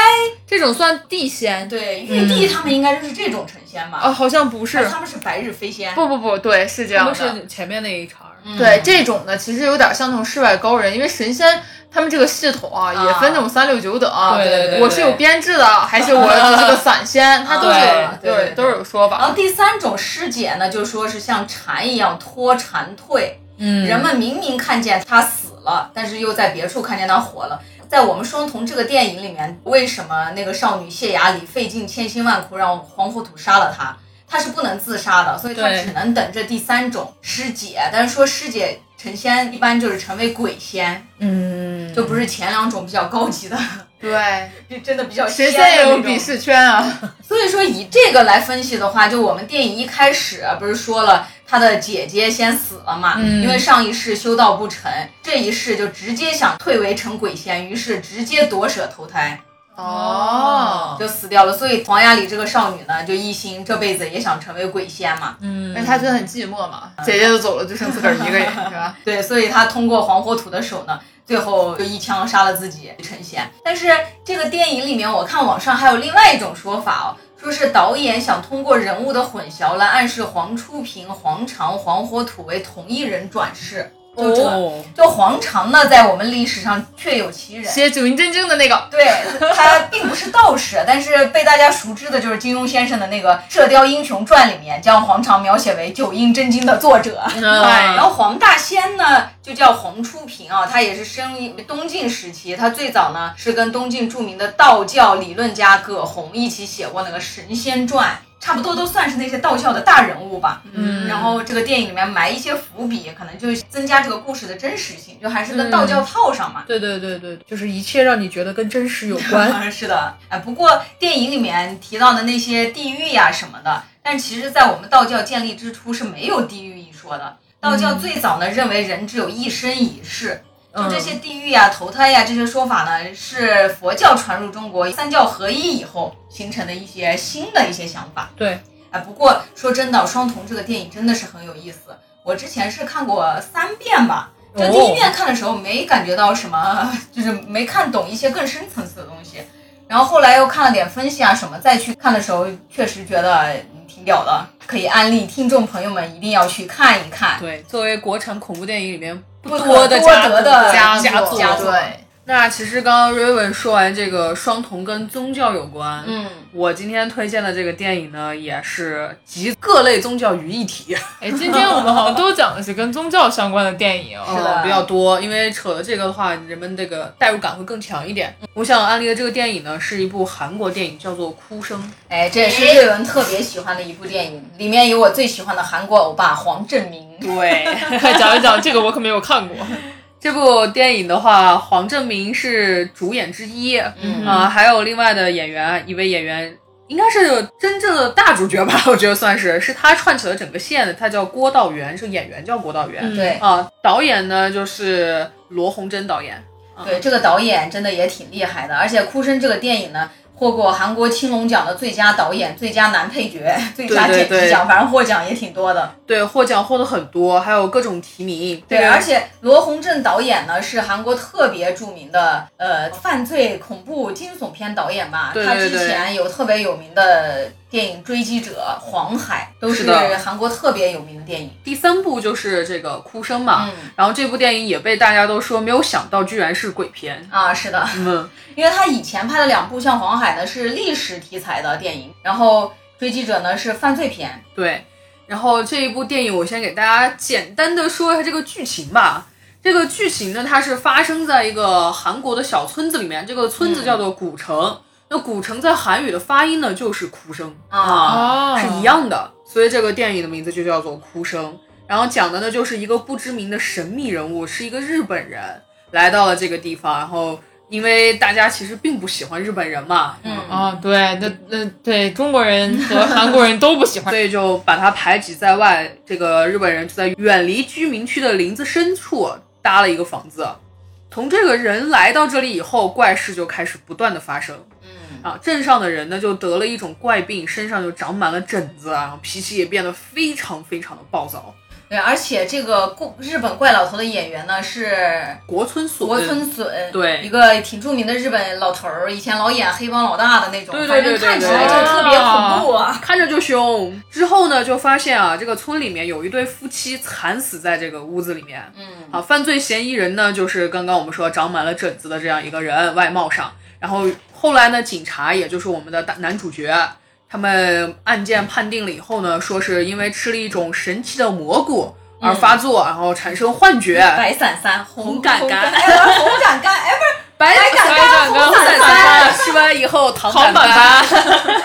C: 这种算地仙
B: 对玉
C: 嗯
B: 帝他们应该就是这种成仙吧？
C: 啊、好像不
B: 但
C: 是，
B: 他们是白日飞仙。
C: 不不不，对，是这
E: 他
C: 样
E: 们
C: 的。
E: 是前面那一茬儿，
C: 对这种呢，其实有点像那种世外高人，因为神仙他们这个系统啊，也分那种三六九等啊。
E: 对对对
C: 我是有编制的，还是我只是个散仙，它都是有
B: 对
C: 对
B: 对对哦
C: 都是有说
B: 然
C: 法。
B: 后第三种师姐呢，就说是像蝉一样脱蝉蜕，
E: 嗯
B: 人们明明看见他死了，但是又在别处看见他活了。在我们《双瞳》这个电影里面，为什么那个少女谢雅里费尽千辛万苦让黄火土杀了她？她是不能自杀的，所以她
E: 对
B: 只能等这第三种师姐。但是说师姐成仙，一般就是成为鬼仙，
E: 嗯，
B: 就不是前两种比较高级的，
C: 对，
B: 就真的比较仙
C: 神
B: 的
C: 仙也有
B: 那种
C: 鄙视圈啊。
B: 所以说，以这个来分析的话，就我们电影一开始不是说了他的姐姐先死了嘛，因为上一世修道不成，这一世就直接想退为成鬼仙，于是直接夺舍投胎
C: 哦，
B: 就死掉了。所以黄雅里这个少女呢，就一心这辈子也想成为鬼仙嘛，
C: 而且他觉得很寂寞嘛，姐姐都走了，就剩自个儿一个人，是吧？
B: 对，所以她通过黄火土的手呢。最后就一枪杀了自己成仙，但是这个电影里面，我看网上还有另外一种说法哦，说是导演想通过人物的混淆来暗示黄初平、黄长、黄火土为同一人转世。就这，
E: 哦，
B: 就黄长呢，在我们历史上确有其人。
C: 写《九阴真经》的那个，
B: 对他并不是道士，但是被大家熟知的就是金庸先生的那个《射雕英雄传》里面将黄长描写为九阴真经的作者。
E: 嗯
B: 然后黄大仙呢，就叫黄初平啊，他也是生于东晋时期，他最早呢是跟东晋著名的道教理论家葛洪一起写过那个《神仙传》，差不多都算是那些道教的大人物吧。嗯，然后这个电影里面埋一些伏笔，可能就是增加这个故事的真实性，就还是跟道教套上嘛。
E: 对对对对，就是一切让你觉得跟真实有关。
B: 是的，哎，不过电影里面提到的那些地狱呀、什么的，但其实在我们道教建立
E: 嗯
B: 之初是没有地狱一说的。道教最早呢认为人只有一生一世，就这些地狱呀、投胎呀、这些说法呢，是佛教传入中国三教合一以后形成的一些新的一些想法。
E: 对，
B: 哎，不过说真的，《双瞳》这个电影真的是很有意思。我之前是看过三遍吧，就第一
E: 哦
B: 遍看的时候没感觉到什么，就是没看懂一些更深层次的东西。然后后来又看了点分析啊什么，再去看的时候，确实觉得嗯挺屌的，可以安利听众朋友们一定要去看一 看。
E: 对，作为国产恐怖电影里面
B: 不
E: 不
B: 可
E: 多的
B: 多
E: 佳
B: 得
E: 作
B: 的
E: 佳
C: 佳作
B: 佳作
F: 对，
E: 那其实刚刚 Raven 说完这个双瞳跟宗教有关，
B: 嗯，
E: 我今天推荐的这个电影呢，也是集各类宗教于一体，
C: 哎，今天我们好像都讲的是跟宗教相关的电影哦。
B: 是的
E: 嗯比较多。因为扯了这个的话，人们这个代入感会更强一点。我想安利的这个电影呢，是一部韩国电影，叫做《哭声》。
B: 哎，这也是瑞文特别喜欢的一部电影，里面有我最喜欢的韩国欧巴黄正明。
E: 对，
C: 快讲一讲这个，我可没有看过。
E: 这部电影的话，黄正明是主演之一，
B: 嗯
E: 啊、还有另外的演员，一位演员应该是真正的大主角吧，我觉得算是，是他串起了整个线的，他叫郭道元，是演员叫郭道元，
C: 嗯
B: 对
E: 啊，导演呢就是罗洪真导演，
B: 对，这个导演真的也挺厉害的，而且《哭声》这个电影呢，获过韩国青龙奖的最佳导演、最佳男配角、 最佳
E: 对对
B: 剪
E: 对
B: 辑奖，反正获奖也挺多的。
E: 对，获奖获得很多，还有各种提名，
B: 对，
E: 这个
B: 而且罗洪正导演呢是韩国特别著名的呃犯罪恐怖惊悚片导演吧，
E: 对
B: 他
E: 对
B: 之
E: 对
B: 前有特别有名的电影《追击者》《黄海》，都
E: 是
B: 是
E: 的
B: 韩国特别有名的电影。
E: 第三部就是这个哭声嘛，
B: 嗯
E: 然后这部电影也被大家都说没有想到居然是鬼片，
B: 啊，是的，
E: 嗯，
B: 因为他以前拍的两部像《黄海》呢是历史题材的电影，然后《追击者呢》是犯罪片。
E: 对，然后这一部电影，我先给大家简单的说一下这个剧情吧。这个剧情呢，它是发生在一个韩国的小村子里面，这个村子叫做古城。那古城在韩语的发音呢，就是哭声
B: 啊
C: 哦
E: 是一样的，所以这个电影的名字就叫做《哭声》。然后讲的呢，就是一个不知名的神秘人物，是一个日本人来到了这个地方，然后因为大家其实并不喜欢日本人嘛，
B: 嗯，
C: 哦，对，那那对中国人和韩国人都不喜欢
E: 所以就把他排挤在外。这个日本人就在远离居民区的林子深处搭了一个房子。从这个人来到这里以后，怪事就开始不断的发生。
B: 嗯
E: 啊，镇上的人呢就得了一种怪病，身上就长满了疹子啊，然后脾气也变得非常非常的暴躁。
B: 对，而且这个故日本怪老头的演员呢是
E: 国村所
B: 国村隼，
E: 嗯对
B: 一个挺著名的日本老头儿，以前老演黑帮老大的那种，
E: 对对对对
B: 反正看起
E: 对
B: 来就特别恐怖啊。
E: 看着就凶。之后呢，就发现啊，这个村里面有一对夫妻惨死在这个屋子里面。
B: 嗯，
E: 啊，犯罪嫌疑人呢，就是刚刚我们说长满了疹子的这样一个人，外貌上。然后后来呢，警察也就是我们的大男主角，他们案件判定了以后呢，说是因为吃了一种神奇的蘑菇而发作，然后产生幻觉。
B: 白伞三
E: 哎红
B: 红
E: 杆杆
B: 杆，哎不是红杆杆，哎不
E: 白
B: 杆
C: 白杆杆
E: 红伞
C: 红伞
E: 杆， 吃完以后糖
C: 唐板
E: 板。
C: 板。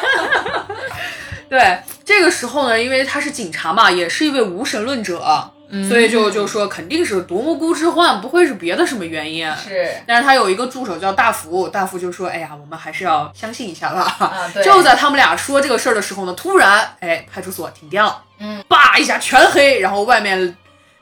E: 对，这个时候呢，因为他是警察嘛，也是一位无神论者，
B: 嗯
E: 所以就就说肯定是独木孤之患，不会是别的什么原因。
B: 是是
E: 但是他有一个助手叫大福，大福就说：“哎呀，我们还是要相信一下吧。
B: 啊，对，
E: 就在他们俩说这个事儿的时候呢，突然，哎，派出所停电了，
B: 嗯，
E: 叭一下全黑，然后外面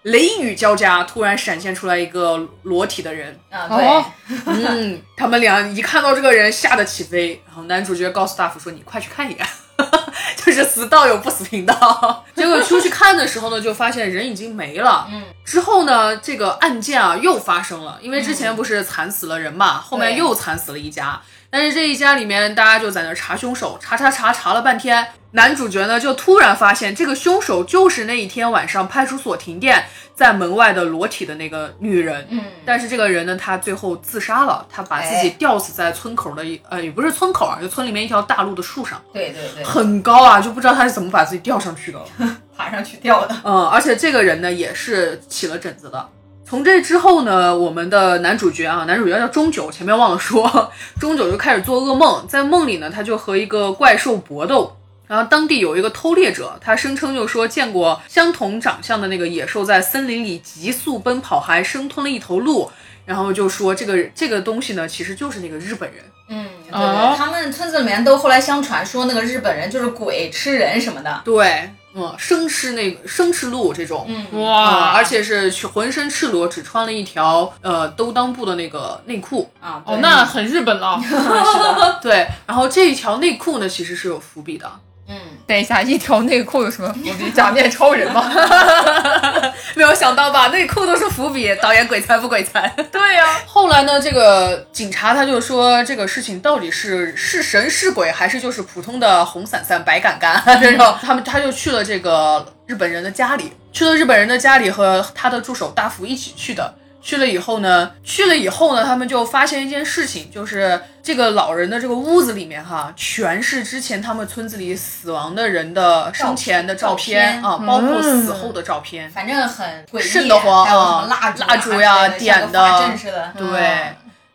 E: 雷雨交加，突然闪现出来一个裸体的人，
B: 啊
C: 哦
B: 对，
E: 嗯，他们俩一看到这个人，吓得起飞。然后男主角告诉大福说：“你快去看一眼。” 就是死道友不死贫道。 结果出去看的时候呢，就发现人已经没了。
B: 嗯，
E: 之后呢，这个案件啊又发生了，因为之前不是惨死了人嘛，后面
B: 对
E: 又惨死了一家。但是这一家里面，大家就在那儿查凶手，查查查查了半天，男主角呢就突然发现，这个凶手就是那一天晚上派出所停电在门外的裸体的那个女人。
B: 嗯
E: 但是这个人呢，他最后自杀了，他把自己
B: 哎
E: 吊死在村口的一、呃，也不是村口啊，就村里面一条大路的树上，
B: 对对对，
E: 很高啊，就不知道他是怎么把自己吊上去的了。
B: 爬上去掉的，
E: 嗯，而且这个人呢也是起了疹子的。从这之后呢，我们的男主角啊，男主角叫中九，前面忘了说， 中九就开始做噩梦，在梦里呢，他就和一个怪兽搏斗。然后当地有一个偷猎者，他声称就说见过相同长相的那个野兽在森林里急速奔跑，还生吞了一头鹿。然后就说这个这个东西呢，其实就是那个日本人。
B: 嗯，对
C: 哦
B: 对，他们村子里面都后来相传说那个日本人就是鬼吃人什么的，
E: 对，嗯，生吃那个生吃鹿这种，嗯，
C: 哇！
E: 而且是浑身赤裸，只穿了一条呃兜裆布的那个内裤，
B: 啊，
C: 哦
B: 对，
C: 那很日本了。
E: 对，然后这一条内裤呢其实是有伏笔的，
B: 嗯，
G: 等一下，一条内裤有什么伏笔？假面超人吗？
E: 没有想到吧，内裤都是伏笔，导演鬼才不鬼才。
G: 对呀、
E: 后来呢，这个警察他就说这个事情到底是是神是鬼，还是就是普通的红伞伞、白杆 杆这种？他们他就去了这个日本人的家里，去了日本人的家里和他的助手大福一起去的。去了以后呢，去了以后呢，他们就发现一件事情，就是这个老人的这个屋子里面哈，全是之前他们村子里死亡的人的生前的照片
B: 照
E: 啊，包括死后的照片。
B: 反正很诡异，
E: 瘆得慌
B: 还有什么
E: 啊
B: 蜡
E: 蜡烛呀
B: 烛呀
E: 点的嗯
B: 阵似的，
E: 对，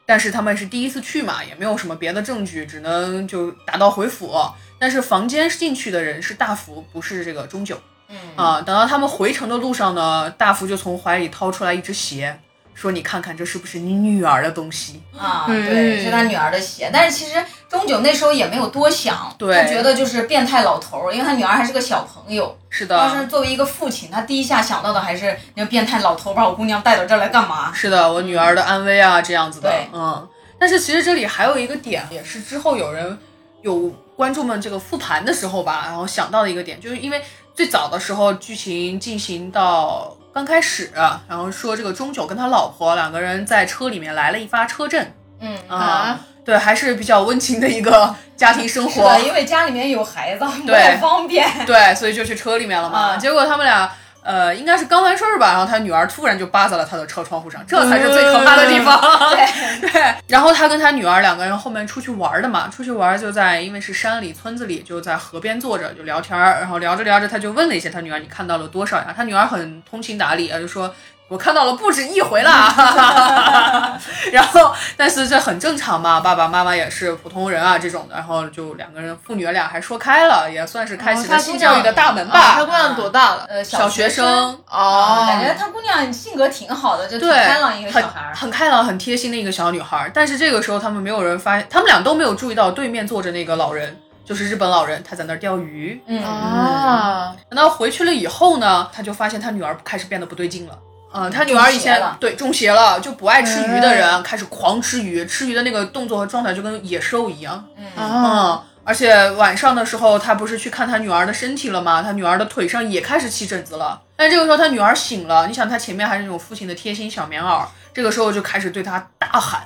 E: 但是他们是第一次去嘛，也没有什么别的证据，只能就打道回府。但是房间进去的人是大福，不是这个中九
B: 嗯
E: 啊。等到他们回程的路上呢，大福就从怀里掏出来一只鞋，说：“你看看这是不是你女儿的东西
B: 啊，
G: 嗯
B: 对，是他女儿的鞋。但是其实钟九那时候也没有多想，
E: 对
B: 他觉得就是变态老头儿，因为他女儿还是个小朋友。？”
E: 是
B: 要是
E: 的，
B: 作为一个父亲，他第一下想到的还是那变态老头儿把我姑娘带到这儿来干嘛？
E: 是的，我女儿的安危啊，这样子的
B: 对，
E: 嗯。但是其实这里还有一个点，也是之后有人有观众们这个复盘的时候吧，然后想到的一个点，就是因为最早的时候剧情进行到刚开始，然后说这个钟九跟他老婆两个人在车里面来了一发车震
B: 嗯
E: 啊、对，还是比较温情的一个家庭生
B: 是
E: 活，
B: 的，因为家里面有孩子，不
E: 对
B: 太方便。
E: 对，所以就去车里面了嘛。
B: 啊
E: 结果他们俩。呃，应该是刚完事儿吧，然后他女儿突然就扒在了他的车窗户上，这才是最可怕的地方。 对然后他跟他女儿两个人后面出去玩儿的嘛，出去玩儿就在因为是山里村子里，就在河边坐着就聊天儿，然后聊着聊着他就问了一下他女儿，你看到了多少呀？他女儿很通情达理，啊，就说我看到了不止一回啦。 然后，但是这很正常嘛，爸爸妈妈也是普通人啊，这种的。然后就两个人父女俩还说开了，也算是
B: 哦
E: 开启了性教育的大门
C: 啊
E: 吧。嗯
C: 他姑娘多大了？
B: 呃，
E: 小学
B: 学
E: 生
B: 啊，
C: 哦
B: 感觉他姑娘性格挺好的，就挺
E: 对，
B: 开朗一个
E: 很
B: 小孩儿。
E: 很开朗、很贴心的一个小女孩儿。但是这个时候，他们没有人发现，他们俩都没有注意到对面坐着那个老人，就是日本老人，他在那儿钓鱼。
B: 嗯，
C: 啊，
E: 等到回去了以后呢，他就发现他女儿开始变得不对劲了。嗯，他女儿以前
B: 中邪了哎
E: 对中邪了，就不爱吃鱼的人、开始狂吃鱼，吃鱼的那个动作和状态就跟野兽一样。嗯，而且晚上的时候，他不是去看他女儿的身体了吗？他女儿的腿上也开始起疹子了。但这个时候他女儿醒了，你想他前面还是那种父亲的贴心小棉袄，这个时候就开始对他大喊，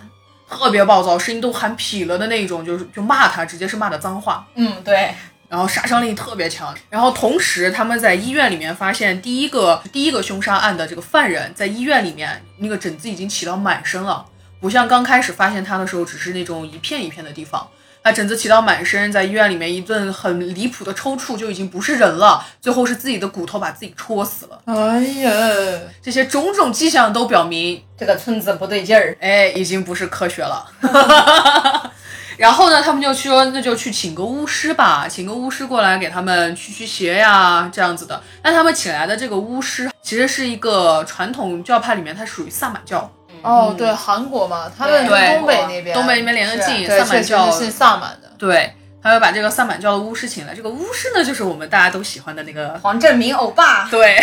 E: 特别暴躁，声音都喊痞了的那种，就是就骂他，直接是骂的脏话。
B: 嗯，对，
E: 然后杀伤力特别强。然后同时，他们在医院里面发现第一个第一个凶杀案的这个犯人，在医院里面那个疹子已经起到满身了，不像刚开始发现他的时候只是那种一片一片的地方。他疹子起到满身，在医院里面一顿很离谱的抽搐就已经不是人了，最后是自己的骨头把自己戳死了。
C: 哎呀，
E: 这些种种迹象都表明
B: 这个村子不对劲儿。
E: 哎，已经不是科学了。 然后呢，他们就说，那就去请个巫师吧，请个巫师过来给他们驱驱邪呀，这样子的。但他们请来的这个巫师，其实是一个传统教派里面，它属于萨满教，
C: 哦，对，韩国嘛，他们是
E: 对
C: 东北那边，
E: 东北那边连得近，
C: 对，
E: 萨
C: 确
E: 满
C: 实
E: 教
C: 是信萨满的。
E: 对。他要把这个萨满教的巫师请来，这个巫师呢，就是我们大家都喜欢的那个
B: 黄振明欧巴，
E: 对，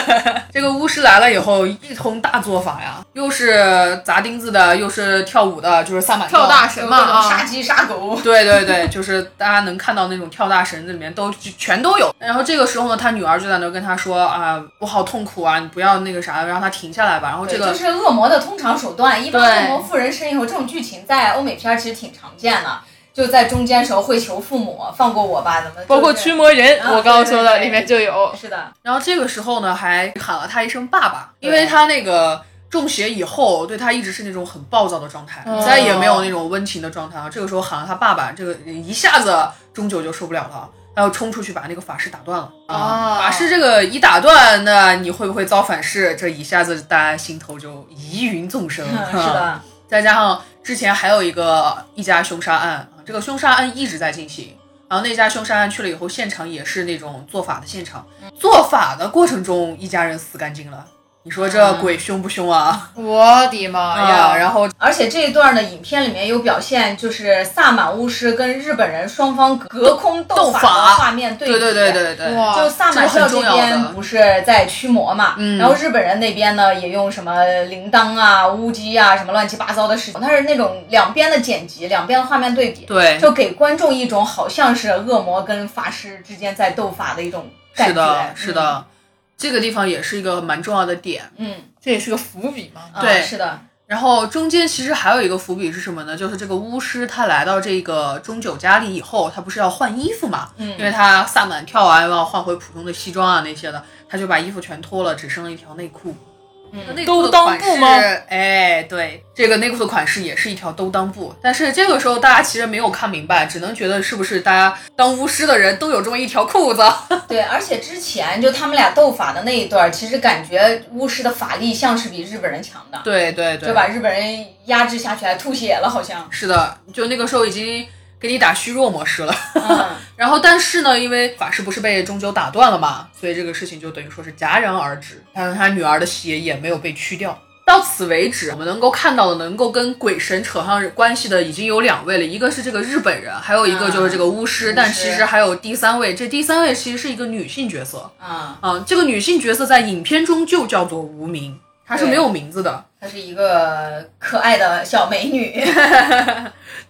E: 这个巫师来了以后，一通大做法呀，又是砸钉子的，又是跳舞的，就是萨满教
C: 跳大神嘛
B: 各种杀
C: 啊，
B: 鸡杀狗，
E: 对对对，就是大家能看到那种跳大神子里面都全都有。然后这个时候呢，他女儿就在那跟他说啊，我好痛苦啊，你不要那个啥，让他停下来吧。然后这
B: 对
E: 个
B: 就是恶魔的通常手段。一般恶
E: 对
B: 魔附人身以后，这种剧情在欧美片儿其实挺常见的，就在中间时候会求父母放过我吧，怎么就是
G: 包括驱魔人，
B: 啊
G: 我刚刚说的
B: 对对对
G: 里面就有。
B: 是的，
E: 然后这个时候呢，还喊了他一声爸爸，因为他那个中邪以后，对他一直是那种很暴躁的状态，
B: 哦
E: 再也没有那种温情的状态啊。这个时候喊了他爸爸，这个一下子钟九就受不了了。然后冲出去把那个法师打断了
B: 哦
C: 啊
E: 法师这个一打断，那你会不会遭反噬？这一下子大家心头就疑云纵生。
B: 嗯， 是 的，
E: 再加上之前还有一个呃一家凶杀案啊，这个凶杀案一直在进行。然后那家凶杀案去了以后，现场也是那种做法的现场，做法的过程中，一家人死干净了，你说这鬼凶不凶啊？
G: 我的妈
E: 啊，
G: 呀！
E: 然后
B: 而且这一段呢，影片里面有表现，就是萨满巫师跟日本人双方隔空斗
E: 斗
B: 法
E: 法
B: 的画面对比。
E: 对对对对对，
G: 哇，
B: 就萨满教这边不是在驱魔嘛，然后日本人那边呢也用什么铃铛啊、乌鸡啊什么乱七八糟的事情，它是那种两边的剪辑，两边的画面对比，
E: 对
B: 就给观众一种好像是恶魔跟法师之间在斗法的一种感
E: 是
B: 觉。
E: 的，是
B: 嗯，
E: 的，这个地方也是一个蛮重要的点。
B: 嗯，
G: 这也是个伏笔嘛。
B: 啊
E: 对
B: 是的，
E: 然后中间其实还有一个伏笔是什么呢？就是这个巫师他来到这个中九家里以后，他不是要换衣服嘛？
B: 嗯
E: 因为他萨满跳完又要换回普通的西装啊那些的，他就把衣服全脱了，只剩了一条内裤。
B: 嗯
E: 那内裤的
G: 兜裆
E: 款
G: 布
E: 式
G: 吗
E: 哎，对，这个内裤的款式也是一条兜裆布。但是这个时候大家其实没有看明白，只能觉得是不是大家当巫师的人都有这么一条裤子？
B: 对，而且之前就他们俩斗法的那一段，其实感觉巫师的法力像是比日本人强的，
E: 对对对，
B: 就把日本人压制下去，还吐血了，好像。
E: 是的，就那个时候已经给你打虚弱模式了。
B: 嗯，
E: 然后，但是呢，因为法师不是被终究打断了嘛，所以这个事情就等于说是戛然而止。但是他女儿的血也没有被去掉。到此为止，我们能够看到的能够跟鬼神扯上关系的已经有两位了，一个是这个日本人，还有一个就是这个巫师。但其实还有第三位，这第三位其实是一个女性角色
B: 啊、
E: 啊、这个女性角色在影片中就叫做无名，她是
B: 对
E: 没有名字的。
B: 她是一个可爱的小美 女。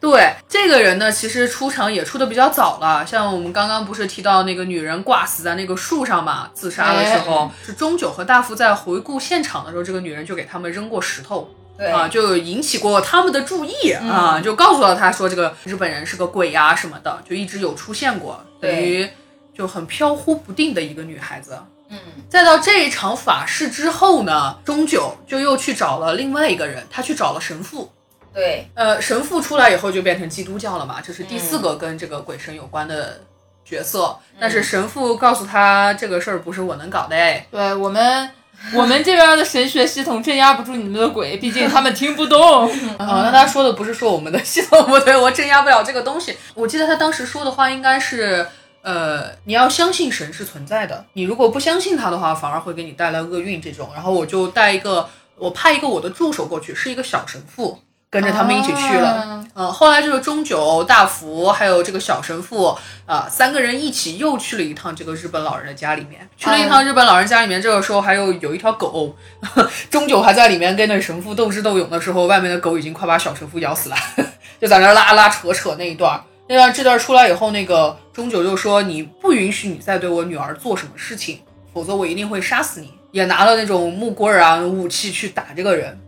E: 对这个人呢，其实出场也出的比较早了，像我们刚刚不是提到那个女人挂死在那个树上嘛，自杀的时
B: 哎
E: 候，是中九和大副在回顾现场的时候，这个女人就给他们扔过石头。
B: 对嗯
E: 啊，就引起过他们的注意、啊，就告诉了他说这个日本人是个鬼呀、什么的，就一直有出现过，等
B: 对
E: 于就很飘忽不定的一个女孩子。
B: 嗯，
E: 再到这一场法事之后呢，中九就又去找了另外一个人，他去找了神父，
B: 对，
E: 呃，神父出来以后就变成基督教了嘛，这是第四个跟这个鬼神有关的角色。但是神父告诉他这个事儿不是我能搞的哎，
G: 对我们，我们这边的神学系统镇压不住你们的鬼，毕 竟他们听不懂。
E: 啊，那他说的不是说我们的系统不对，我镇压不了这个东西。我记得他当时说的话应该是，呃，你要相信神是存在的，你如果不相信他的话，反而会给你带来厄运这种。然后我就带一个，我派一个我的助手过去，是一个小神父，跟着他们一起去了。
G: 啊
E: 嗯，后来就是中九、大福还有这个小神父，啊、三个人一起又去了一趟这个日本老人的家里面，去了一趟日本老人家里面。这个时候还有有一条狗， 中九还在里面跟那神父斗智斗勇的时候，外面的狗已经快把小神父咬死了， 就在那儿拉拉扯扯那一段儿。那段这段出来以后，那个中九就说：“你不允许你再对我女儿做什么事情，否则我一定会杀死你。”也拿了那种木棍儿啊武器去打这个人。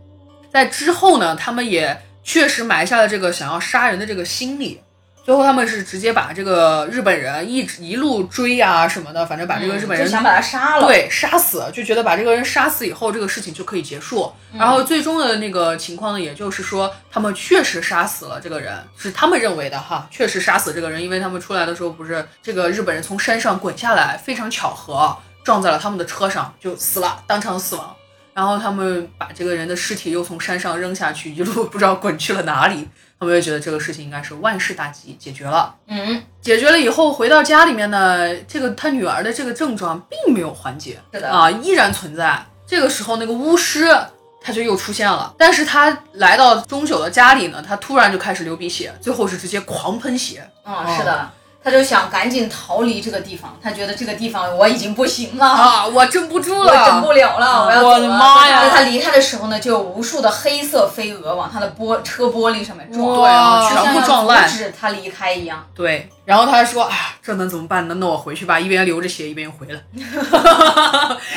E: 在之后呢，他们也确实埋下了这个想要杀人的这个心理。最后他们是直接把这个日本人一直一路追啊什么的，反正把这个日本
B: 嗯就
E: 人、
B: 想把她杀了。
E: 对杀死，就觉得把这个人杀死以后，这个事情就可以结束。然后最终的那个情况呢，也就是说他们确实杀死了这个人，是他们认为的哈，确实杀死这个人，因为他们出来的时候不是这个日本人从山上滚下来，非常巧合撞在了他们的车上，就死了，当场死亡。然后他们把这个人的尸体又从山上扔下去，一路不知道滚去了哪里。他们就觉得这个事情应该是万事大吉，解决了。
B: 嗯，
E: 解决了以后，回到家里面呢，这个他女儿的这个症状并没有缓解，
B: 是的
E: 啊，依然存在。这个时候，那个巫师他就又出现了，但是他来到中九的家里呢，他突然就开始流鼻血，最后是直接狂喷血。
B: 啊、是的，她就想赶紧逃离这个地方，她觉得这个地方我已经不行了。
E: 啊，我镇不住
B: 我整
E: 了，
B: 不了了，我要走了
G: 我的妈呀
B: 在他离开的时候呢，就有无数的黑色飞蛾往他的玻车玻璃上面撞，
E: 对啊，
G: 哇
B: 就
E: 全
B: 像
E: 部
B: 要
E: 撞烂
B: 阻。止他离开一样。
E: 对，然后他还说啊，这能怎么办呢？那我回去吧，一边流着血一边回来。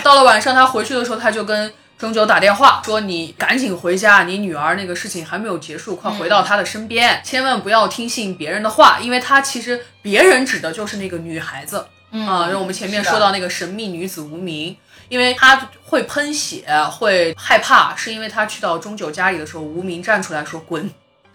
E: 到了晚上，他回去的时候，他就跟钟九打电话说：“你赶紧回家，你女儿那个事情还没有结束，快回到
B: 嗯
E: 她的身边，千万不要听信别人的话，因为他其实别人指的就是那个女孩子。”
B: 嗯
E: 啊，就我们前面
B: 是的
E: 说到那个神秘女子无名，因为她会喷血，会害怕，是因为她去到钟九家里的时候，无名站出来说滚。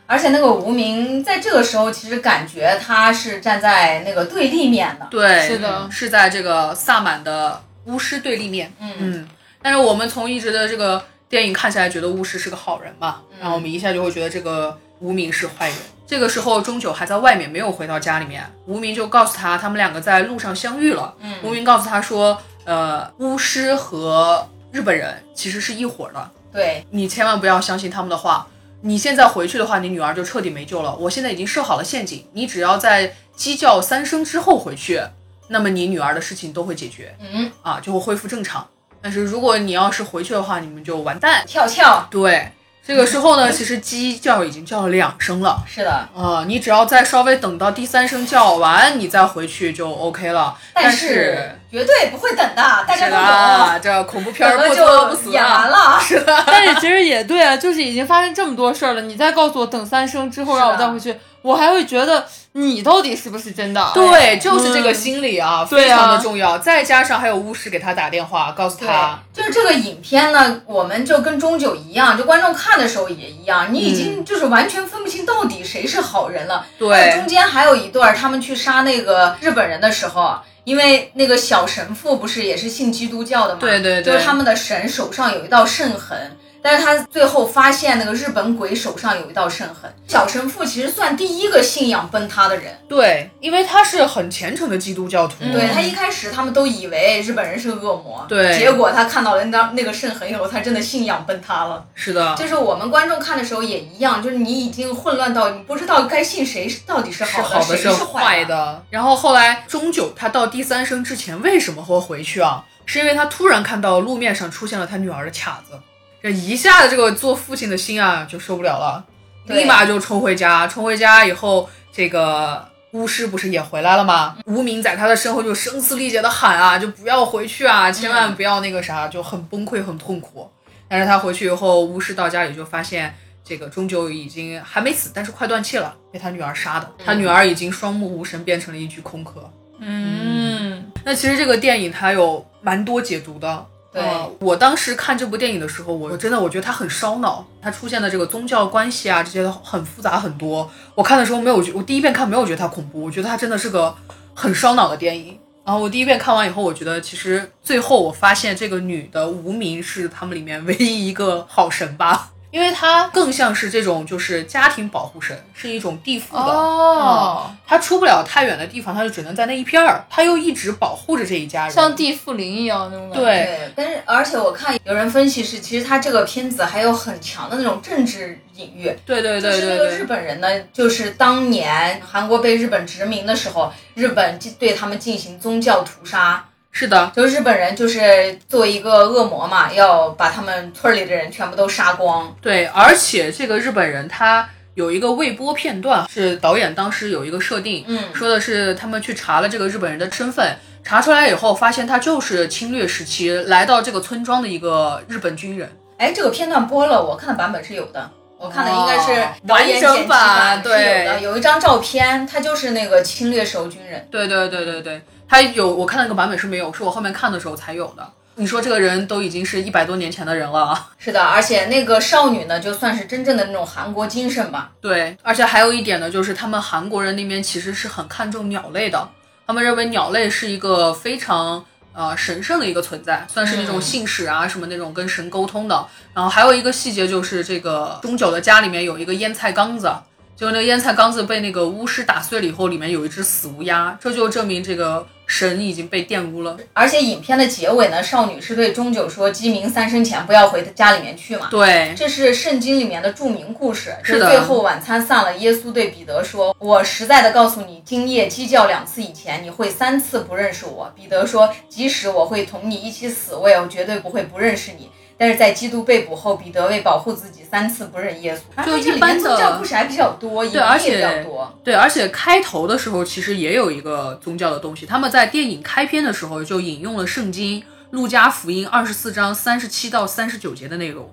B: 而且那个无名在这个时候，其实感觉他是站在那个对立面的。
E: 对，
G: 是的
E: 是在这个萨满的巫师对立面。
B: 嗯
E: 但是我们从一直的这个电影看起来，觉得巫师是个好人嘛，然后我们一下就会觉得这个无名是坏人。这个时候，钟九还在外面，没有回到家里面。无名就告诉他，他们两个在路上相遇了。无名告诉他说，呃，巫师和日本人其实是一伙儿的，
B: 对，
E: 你千万不要相信他们的话。你现在回去的话，你女儿就彻底没救了。我现在已经设好了陷阱，你只要在鸡叫三声之后回去，那么你女儿的事情都会解决
B: 嗯，
E: 啊，就会恢复正常。但是如果你要是回去的话，你们就完蛋。
B: 跳跳，
E: 对，这个时候呢，其实鸡叫已经叫了两声了。
B: 是的，
E: 啊、你只要再稍微等到第三声叫完，你再回去就 OK 了。
B: 但
E: 但
B: 是绝对不会等的，大家
E: 是
B: 都懂，
E: 的，这恐怖片
B: 等
E: 儿
B: 了
E: 不作不
B: 就
E: 死
B: 演
E: 啊
B: 完。了。
E: 是的，
G: 但是其实也对啊，就是已经发生这么多事儿了，你再告诉我等三声之后
B: 是的
G: 让我再回去，我还会觉得你到底是不是真的？啊哎
E: 对，就是这个心理啊，非
G: 对啊
E: 常的重要。再加上还有巫师给他打电话，告诉
B: 对
E: 他，，
B: 就是这个影片呢，我们就跟中九一样，就观众看的时候也一样，
E: 嗯
B: 你已经就是完全分不清到底谁是好人了。而
E: 对
B: 中间还有一段儿，他们去杀那个日本人的时候，啊因为那个小神父不是也是信基督教的嘛，
E: 对对对
B: 就是他们的神手上有一道圣痕。但是他最后发现那个日本鬼手上有一道圣痕，小神父其实算第一个信仰崩塌的人。
E: 对，嗯因为他是很虔诚的基督教徒，
B: 对他一开始他们都以为日本人是恶魔，
E: 对
B: 结果他看到了那张那个圣痕以后，他真的信仰崩塌了。
E: 是的，
B: 就是我们观众看的时候也一样，就是你已经混乱到你不知道该信谁是到底是
E: 是
B: 好
E: 好的
B: 谁是
E: 坏
B: 的。
E: 的。然后后来终究他到第三声之前为什么会回去啊？是因为他突然看到路面上出现了他女儿的卡子，这一下子这个做父亲的心啊就受不了了，
B: 对
E: 立马就冲回家。冲回家以后，这个巫师不是也回来了吗？无名在他的身后就声嘶力竭的喊啊，就不要回去啊，千万不要那个啥，就很崩溃很痛苦。但是他回去以后，巫师到家里就发现这个终究已经还没死，但是快断气了，被他女儿杀的。他女儿已经双目无神，变成了一具空壳。
G: 嗯，
E: 那其实这个电影它有蛮多解读的。
B: 对
E: 呃我当时看这部电影的时候，我真的我觉得它很烧脑，它出现的这个宗教关系啊这些都很复杂很多。我看的时候没有觉，我第一遍看没有觉得它恐怖，我觉得它真的是个很烧脑的电影。然后我第一遍看完以后，我觉得其实最后我发现这个女的无名是他们里面唯一一个好神吧，因为她更像是这种就是家庭保护神，是一种地府的。
G: 哦，
E: 他出不了太远的地方，他就只能在那一片儿，他又一直保护着这一家人。
G: 像地缚灵一样那种感觉。
E: 对
B: 对，但是而且我看有人分析是，其实他这个片子还有很强的那种政治隐喻，
E: 对对
B: 就
E: 对
B: 是那个
E: 对
B: 日
E: 对，
B: 本人呢，就是当年韩国被日本殖民的时候，日本进对他们进行宗教屠杀，
E: 是的，
B: 就日本人就是作为一个恶魔嘛，要把他们村里的人全部都杀光。
E: 对。而且这个日本人他有一个未播片段，是导演当时有一个设定，
B: 嗯
E: 说的是他们去查了这个日本人的身份，查出来以后发现他就是侵略时期来到这个村庄的一个日本军人。
B: 哎，这个片段播了，我看的版本是有的。我看的应该是
E: 哦
B: 导演
E: 完整
B: 剪辑
E: 版
B: 是有的，
E: 对
B: 有一张照片，他就是那个侵略时候军人。
E: 对对对对对，他有我看那个版本是没有，是我后面看的时候才有的。你说这个人都已经是一百多年前的人了啊。
B: 是的，而且那个少女呢，就算是真正的那种韩国精神吧。
E: 对，而且还有一点呢，就是他们韩国人那边其实是很看重鸟类的，他们认为鸟类是一个非常呃神圣的一个存在，算是那种信使啊、什么那种跟神沟通的。然后还有一个细节就是这个中九的家里面有一个腌菜缸子。结果那个腌菜缸子被那个巫师打碎了以后，里面有一只死乌鸦，这就证明这个神已经被玷污了。
B: 而且影片的结尾呢，少女是对钟九说：“鸡鸣三声前不要回家里面去嘛。”
E: 对，
B: 这是圣经里面的著名故事，就是
E: 的
B: 最后晚餐散了，耶稣对彼得说：“我实在的告诉你，今夜鸡叫两次以前，你会三次不认识我。”彼得说：“即使我会同你一起死，我也绝对不会不认识你。”但是在基督被捕后，彼得为保护自己，三次不认耶稣。
E: 就
B: 啊这里
E: 一般
B: 面
E: 的
B: 宗教故事还比较多，隐喻
E: 而
B: 也比较
E: 且
B: 多。
E: 对，而且开头的时候其实也有一个宗教的东西，他们在电影开篇的时候就引用了圣经《路加福音》二十四章三十七到三十九节的内容。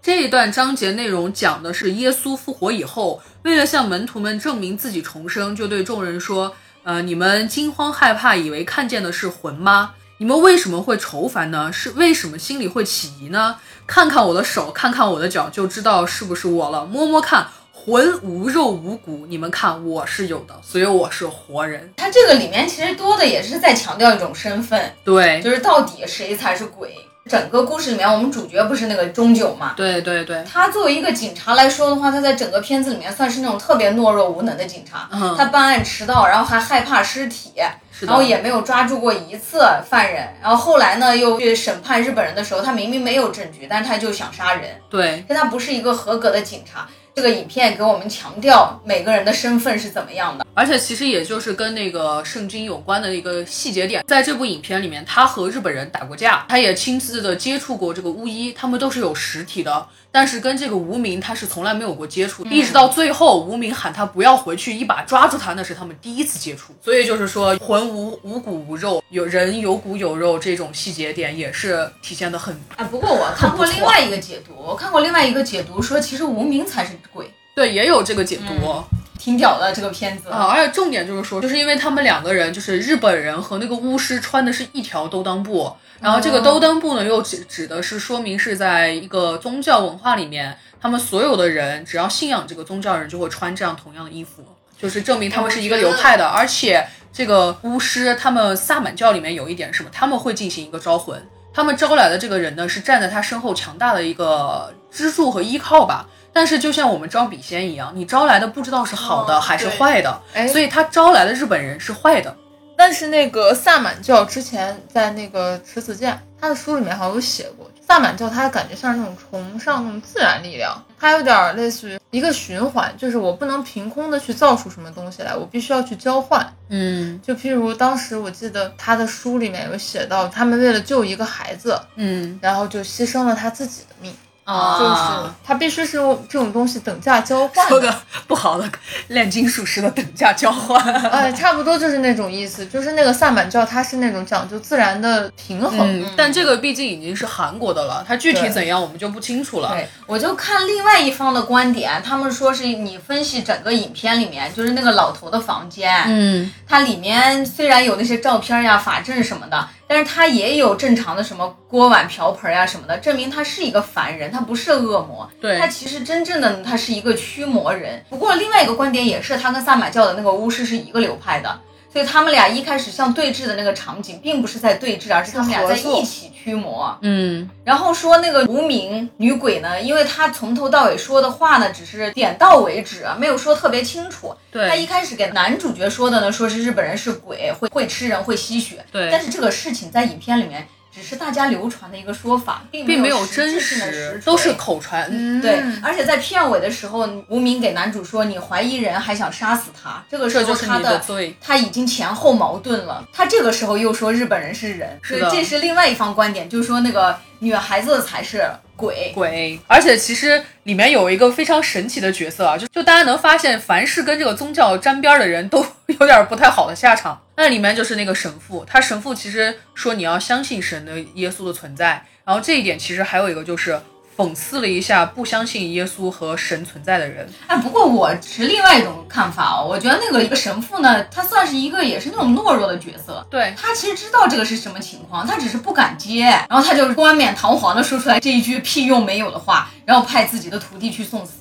E: 这一段章节内容讲的是耶稣复活以后，为了向门徒们证明自己重生，就对众人说：“呃，你们惊慌害怕，以为看见的是魂吗？你们为什么会愁烦呢？是为什么心里会起疑呢？看看我的手，看看我的脚，就知道是不是我了。摸摸看，魂无肉无骨，你们看我是有的，所以我是活人。
B: 它这个里面其实多的也是在强调一种身份，
E: 对，
B: 就是到底谁才是鬼。整个故事里面，我们主角不是那个中九嘛？
E: 对对对，
B: 他作为一个警察来说的话，他在整个片子里面算是那种特别懦弱无能的警察。
E: 嗯
B: 他办案迟到，然后还害怕尸体，
E: 是的。
B: 然后也没有抓住过一次犯人。然后后来呢，又去审判日本人的时候，他明明没有证据，但是他就想杀人，
E: 对，
B: 但他不是一个合格的警察。这个影片给我们强调每个人的身份是怎么样的。
E: 而且其实也就是跟那个圣经有关的一个细节点，在这部影片里面，他和日本人打过架，他也亲自的接触过这个巫医，他们都是有实体的，但是跟这个无名他是从来没有过接触，一直到最后无名喊他不要回去，一把抓住他，那是他们第一次接触。所以就是说，魂无无骨无肉，有人有骨有肉这种细节点也是体现的很
B: 啊，不过我看过另外一个解读，我看过另外一个解读说，其实无名才是鬼，
E: 对，也有这个解读。哦
B: 挺屌的这个片子。
E: 啊，而且重点就是说，就是因为他们两个人，就是日本人和那个巫师穿的是一条兜裆布，然后这个兜裆布呢又指指的是说明是在一个宗教文化里面，他们所有的人只要信仰这个宗教人就会穿这样同样的衣服，就是证明他们是一个流派的，而且。这个巫师，他们萨满教里面有一点是什么？他们会进行一个招魂，他们招来的这个人呢，是站在他身后强大的一个支柱和依靠吧。但是就像我们招笔仙一样，你招来的不知道是好
B: 哦
E: 的还是坏的，
C: 哎
E: 所以他招来的日本人是坏的。
C: 但是那个萨满教之前在那个迟子建他的书里面好像有写过，萨满教他感觉像是那种崇尚那种自然力量，它有点类似于一个循环，就是我不能凭空的去造出什么东西来，我必须要去交换。
E: 嗯
C: 就譬如当时我记得他的书里面有写到，他们为了救一个孩子，
E: 嗯，
C: 然后就牺牲了他自己的命，
B: 啊
C: 就是他必须是用这种东西等价交换
E: 说
C: 的。
E: 个不好的，炼金术师的等价交换。
C: 哎，差不多就是那种意思，就是那个萨满教，它是那种讲究自然的平衡，
E: 嗯，但这个毕竟已经是韩国的了，它具体
C: 对
E: 怎样我们就不清楚了。
B: 对，我就看另外一方的观点，他们说是你分析整个影片里面，就是那个老头的房间，
E: 嗯，
B: 它里面虽然有那些照片呀、法证什么的，但是它也有正常的什么锅碗瓢盆呀什么的，证明他是一个凡人，他不是恶魔。
E: 对
B: 他其实真正的他是一个驱魔人。不过另外一个观点也是，他跟萨满教的那个巫师是一个流派的，所以他们俩一开始像对峙的那个场景，并不是在对峙，而是他们俩在一起驱魔。
E: 嗯，
B: 然后说那个无名女鬼呢，因为她从头到尾说的话呢，只是点到为止，没有说特别清楚。她一
E: 对
B: 开始给男主角说的呢，说是日本人是鬼，会会吃人，会吸血。但
E: 对，
B: 是这个事情在影片里面只是大家流传的一个说法，并
E: 并没
B: 没有
E: 有真
B: 实质性的
E: 实
B: 实，
E: 都是
B: 锤嗯
E: 口传。
B: 对，
E: 嗯
B: 而且在片尾的时候，无名给男主说：“你怀疑人，还想杀死他。”这个时
E: 这
B: 候
E: 就是
B: 他
E: 你的罪。
B: 他已经前后矛盾了。他这个时候又说日本人是人，
E: 是
B: 所
E: 的
B: 以这是另外一方观点，就是说那个女孩子才是鬼。
E: 鬼，而且其实里面有一个非常神奇的角色啊，就就大家能发现，凡是跟这个宗教沾边儿的人都有点不太好的下场。 那里面就是那个神父，他神父其实说你要相信神的耶稣的存在，然后这一点其实还有一个就是讽刺了一下不相信耶稣和神存在的人。
B: 哎，不过我持另外一种看法哦，我觉得那个一个神父呢，他算是一个也是那种懦弱的角色。
E: 对，
B: 他其实知道这个是什么情况，他只是不敢接，然后他就冠冕堂皇的说出来这一句屁用没有的话，然后派自己的徒弟去送死。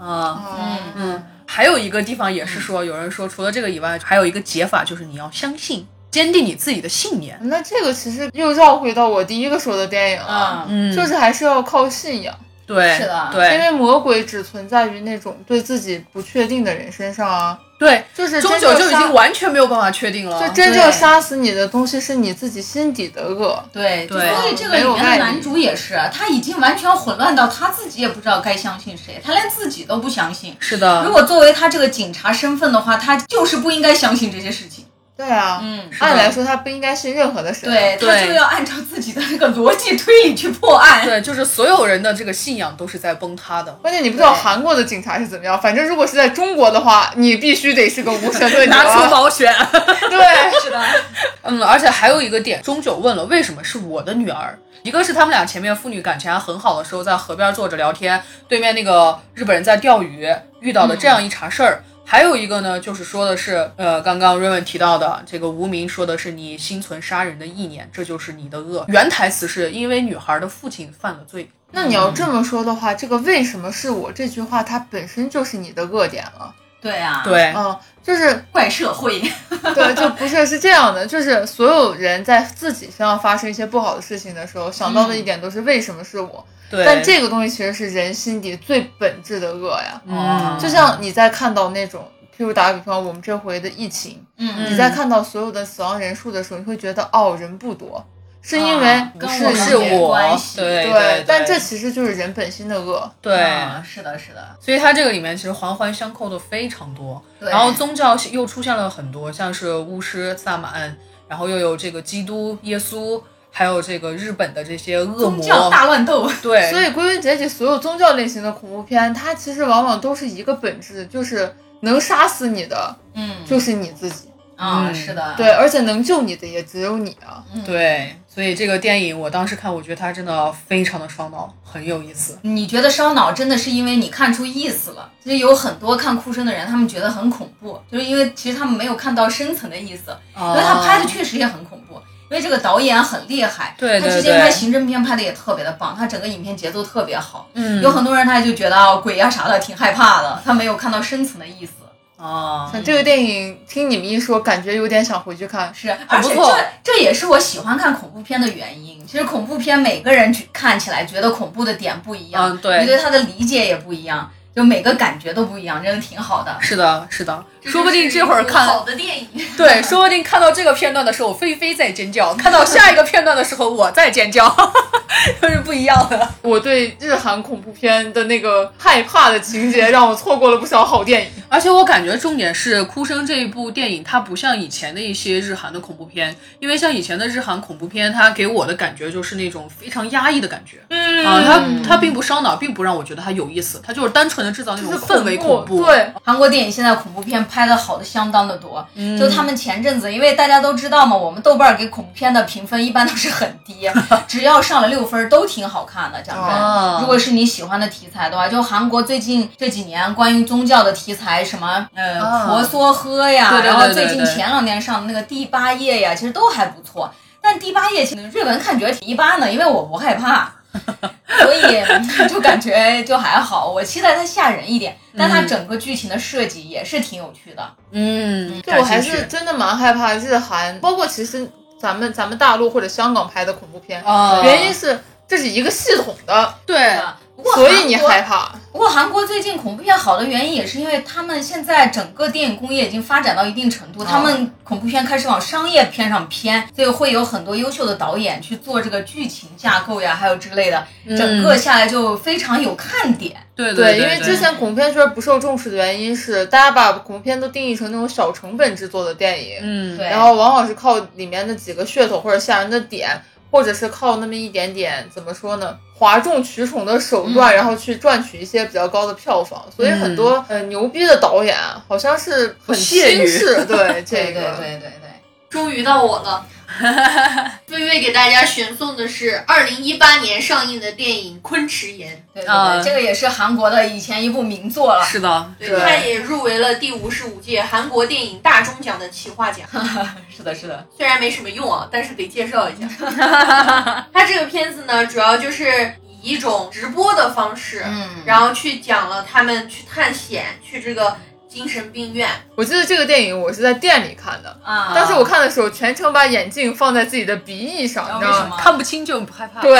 E: 啊、
B: 嗯，
E: 嗯，还有一个地方也是说，有人说除了这个以外，还有一个解法就是你要相信，坚定你自己的信念。
C: 那这个其实又绕回到我第一个说的电影了，
E: 嗯
C: 就是还是要靠信仰，
E: 对，
B: 是的
C: 因
E: 对
C: 为魔鬼只存在于那种对自己不确定的人身上啊，
E: 对，
C: 就是
E: 中
C: 真
E: 九
C: 正
E: 就已
C: 杀
E: 经完全没有办法确定了。
C: 就真正
B: 对
C: 杀死你的东西是你自己心底的恶，
B: 对，
E: 对
B: 所以这个里面的男主也是，他已经完全混乱到他自己也不知道该相信谁，他连自己都不相信。
E: 是的，
B: 如果作为他这个警察身份的话，他就是不应该相信这些事情。
C: 对啊，
B: 嗯，
E: 是的
C: 按理来说他不应该信任何的神，，啊
B: 对，他
E: 对
B: 就要按照自己的那个逻辑推理去破案。
E: 对，就是所有人的这个信仰都是在崩塌 的。
C: 关键你不知道
B: 对
C: 韩国的警察是怎么样，反正如果是在中国的话，你必须得是个无 神论者，
E: 保险。
C: 对，
B: 是的，
E: 嗯，而且还有一个点，钟九问了为什么是我的女儿。一个是他们俩前面父女感情还很好的时候，在河边坐着聊天，对面那个日本人在钓鱼遇到的这样一茬事儿。还有一个呢，就是说的是，呃，刚刚瑞文提到的这个无名说的是你心存杀人的意念，这就是你的恶。原台词是因为女孩的父亲犯了罪，
C: 那你要这么说的话，这个为什么是我这句话，它本身就是你的恶点了。 哦
B: 对啊，，
E: 对，
C: 嗯，就是
B: 怪社会。
C: 对，就不是是这样的，就是所有人在自己身上发生一些不好的事情的时候，想到的一点都是为什么是我。
E: 对
C: 但这个东西其实是人心底最本质的恶呀。
E: 嗯
C: 就像你在看到那种，譬如打个比方，我们这回的疫情，
B: 嗯，
C: 你在看到所有的死亡人数的时候，你会觉得哦，人不多，是因为
B: 跟
C: 是
B: 我
C: 你
E: 是
B: 们没
E: 我
B: 关，系
E: 对
C: 对，但这其实就是人本心的恶。
E: 对，
B: 嗯是的，是的，
E: 所以它这个里面其实环环相扣的非常多。
B: 对
E: 然后宗教又出现了很多，像是巫师、萨满，然后又有这个基督、耶稣，还有这个日本的这些恶
B: 宗教大
E: 魔。
B: 乱斗，
E: 对，
C: 所以归根结底，所有宗教类型的恐怖片，它其实往往都是一个本质，就是能杀死你的
B: 嗯，
C: 就是你自己，
B: 啊，
E: 嗯
B: 是的，
C: 对，而且能救你的也只有你啊。
E: 对，所以这个电影我当时看，我觉得它真的非常的烧脑，很有意思。
B: 你觉得烧脑真的是因为你看出意思了？其实有很多看哭声的人，他们觉得很恐怖，就是因为其实他们没有看到深层的意思，因
E: 因
B: 为他拍的确实也很恐怖。因为这个导演很厉害，
E: 对对
B: 他之前
E: 对
B: 拍刑侦片拍的也特别的棒，他整个影片节奏特别好。
E: 嗯
B: 有很多人他就觉得啊鬼呀、啥的挺害怕的，他没有看到深层的意思。
E: 啊，
C: 像这个电影，听你们一说，感觉有点想回去看。
B: 是，而且
E: 错
B: 这这也是我喜欢看恐怖片的原因。其实恐怖片每个人去看起来觉得恐怖的点不一样，
E: 嗯对
B: 你对它的理解也不一样，就每个感觉都不一样，真的挺好的。
E: 是的，是的，说不定这会儿看，
B: 的电影，
E: 对，说不定看到这个片段的时候，菲菲在尖叫； 看到下一个片段的时候，我在尖叫， 就是不一样的。
C: 我对日韩恐怖片的那个害怕的情 节，让我错过了不少好电影。
E: 而且我感觉重点是《哭声》这一部电影，它不像以前的一些日韩的恐怖片，因为像以前的日韩恐怖片，它给我的感觉就是那种非常压抑的感觉。嗯啊，它它并不烧脑，并不让我觉得它有意思，它就是单纯的制造那种
C: 就是
E: 氛围
C: 恐
E: 恐怖。
C: 对，
B: 韩国电影现在恐怖片拍的好的相当的多，
C: 嗯
E: 嗯
B: 就他们前阵子，因为大家都知道嘛，我们豆瓣儿给恐怖片的评分一般都是很 低，只要上了六分儿都挺好看的。讲真，
E: 哦
B: 如果是你喜欢的题材的话，就韩国最近这几年关于宗教的题材，什么呃婆娑诃呀，
E: 哦对对对
B: 然后
E: 对
B: 最
E: 对
B: 近前两年上的那个第八夜呀，其实都还不错。但第八夜其实瑞文看觉得挺一般的，因为我不害怕。 所以就感觉就还好。我期待它吓人一点，但它整个剧情的设计也是挺有趣的。
E: 嗯，
C: 就我
E: 感
C: 还
E: 兴
C: 是
E: 趣
C: 真的蛮害怕日韩，包括其实咱们咱们大陆或者香港拍的恐怖片，
E: 啊，
C: 原因是这是一个系统的，
E: 对
B: 不过
C: 所以你
B: 韩国
C: 害怕。
B: 不过韩国最近恐怖片好的原因也是因为他们现在整个电影工业已经发展到一定程度，他们恐怖片开始往商业片上偏，所以会有很多优秀的导演去做这个剧情架构呀，还有之类的，整个下来就非常有看点。
E: 对对，
C: 对，因为之前恐怖片圈不受重视的原因是，大家把恐怖片都定义成那种小成本制作的电影，
E: 嗯
B: 对，
C: 然后往往是靠里面的几个噱头或者吓人的点，或者是靠那么一点点怎么说呢，哗众取宠的手段，然后去赚取一些比较高的票房。所以很多、呃牛逼的导演啊好像是很
E: 屑于
C: 轻视对这
B: 对对对
C: 个
B: 对对，
H: 终于到我了。菲菲给大家选送的是二零一八年上映的电影《昆池岩
B: 对对
E: 啊
B: 对，这个也是韩国的以前一部名作了。
E: 是的，》，
H: 对，
C: 对
H: 它也入围了第五十五届韩国电影大钟奖的企划奖。
B: 是的，是的，
H: 虽然没什么用啊，但是得介绍一 下。它这个片子呢，主要就是以一种直播的方式，
B: 嗯
H: 然后去讲了他们去探险，去这个精神病院。
C: 我记得这个电影我是在店里看的，
B: 啊，
C: 当时我看的时候全程把眼镜放在自己的鼻翼上，
B: 然后
C: 你知
B: 为
C: 道
B: 什么？
C: 吗？
E: 看不清就不害怕。
C: 对，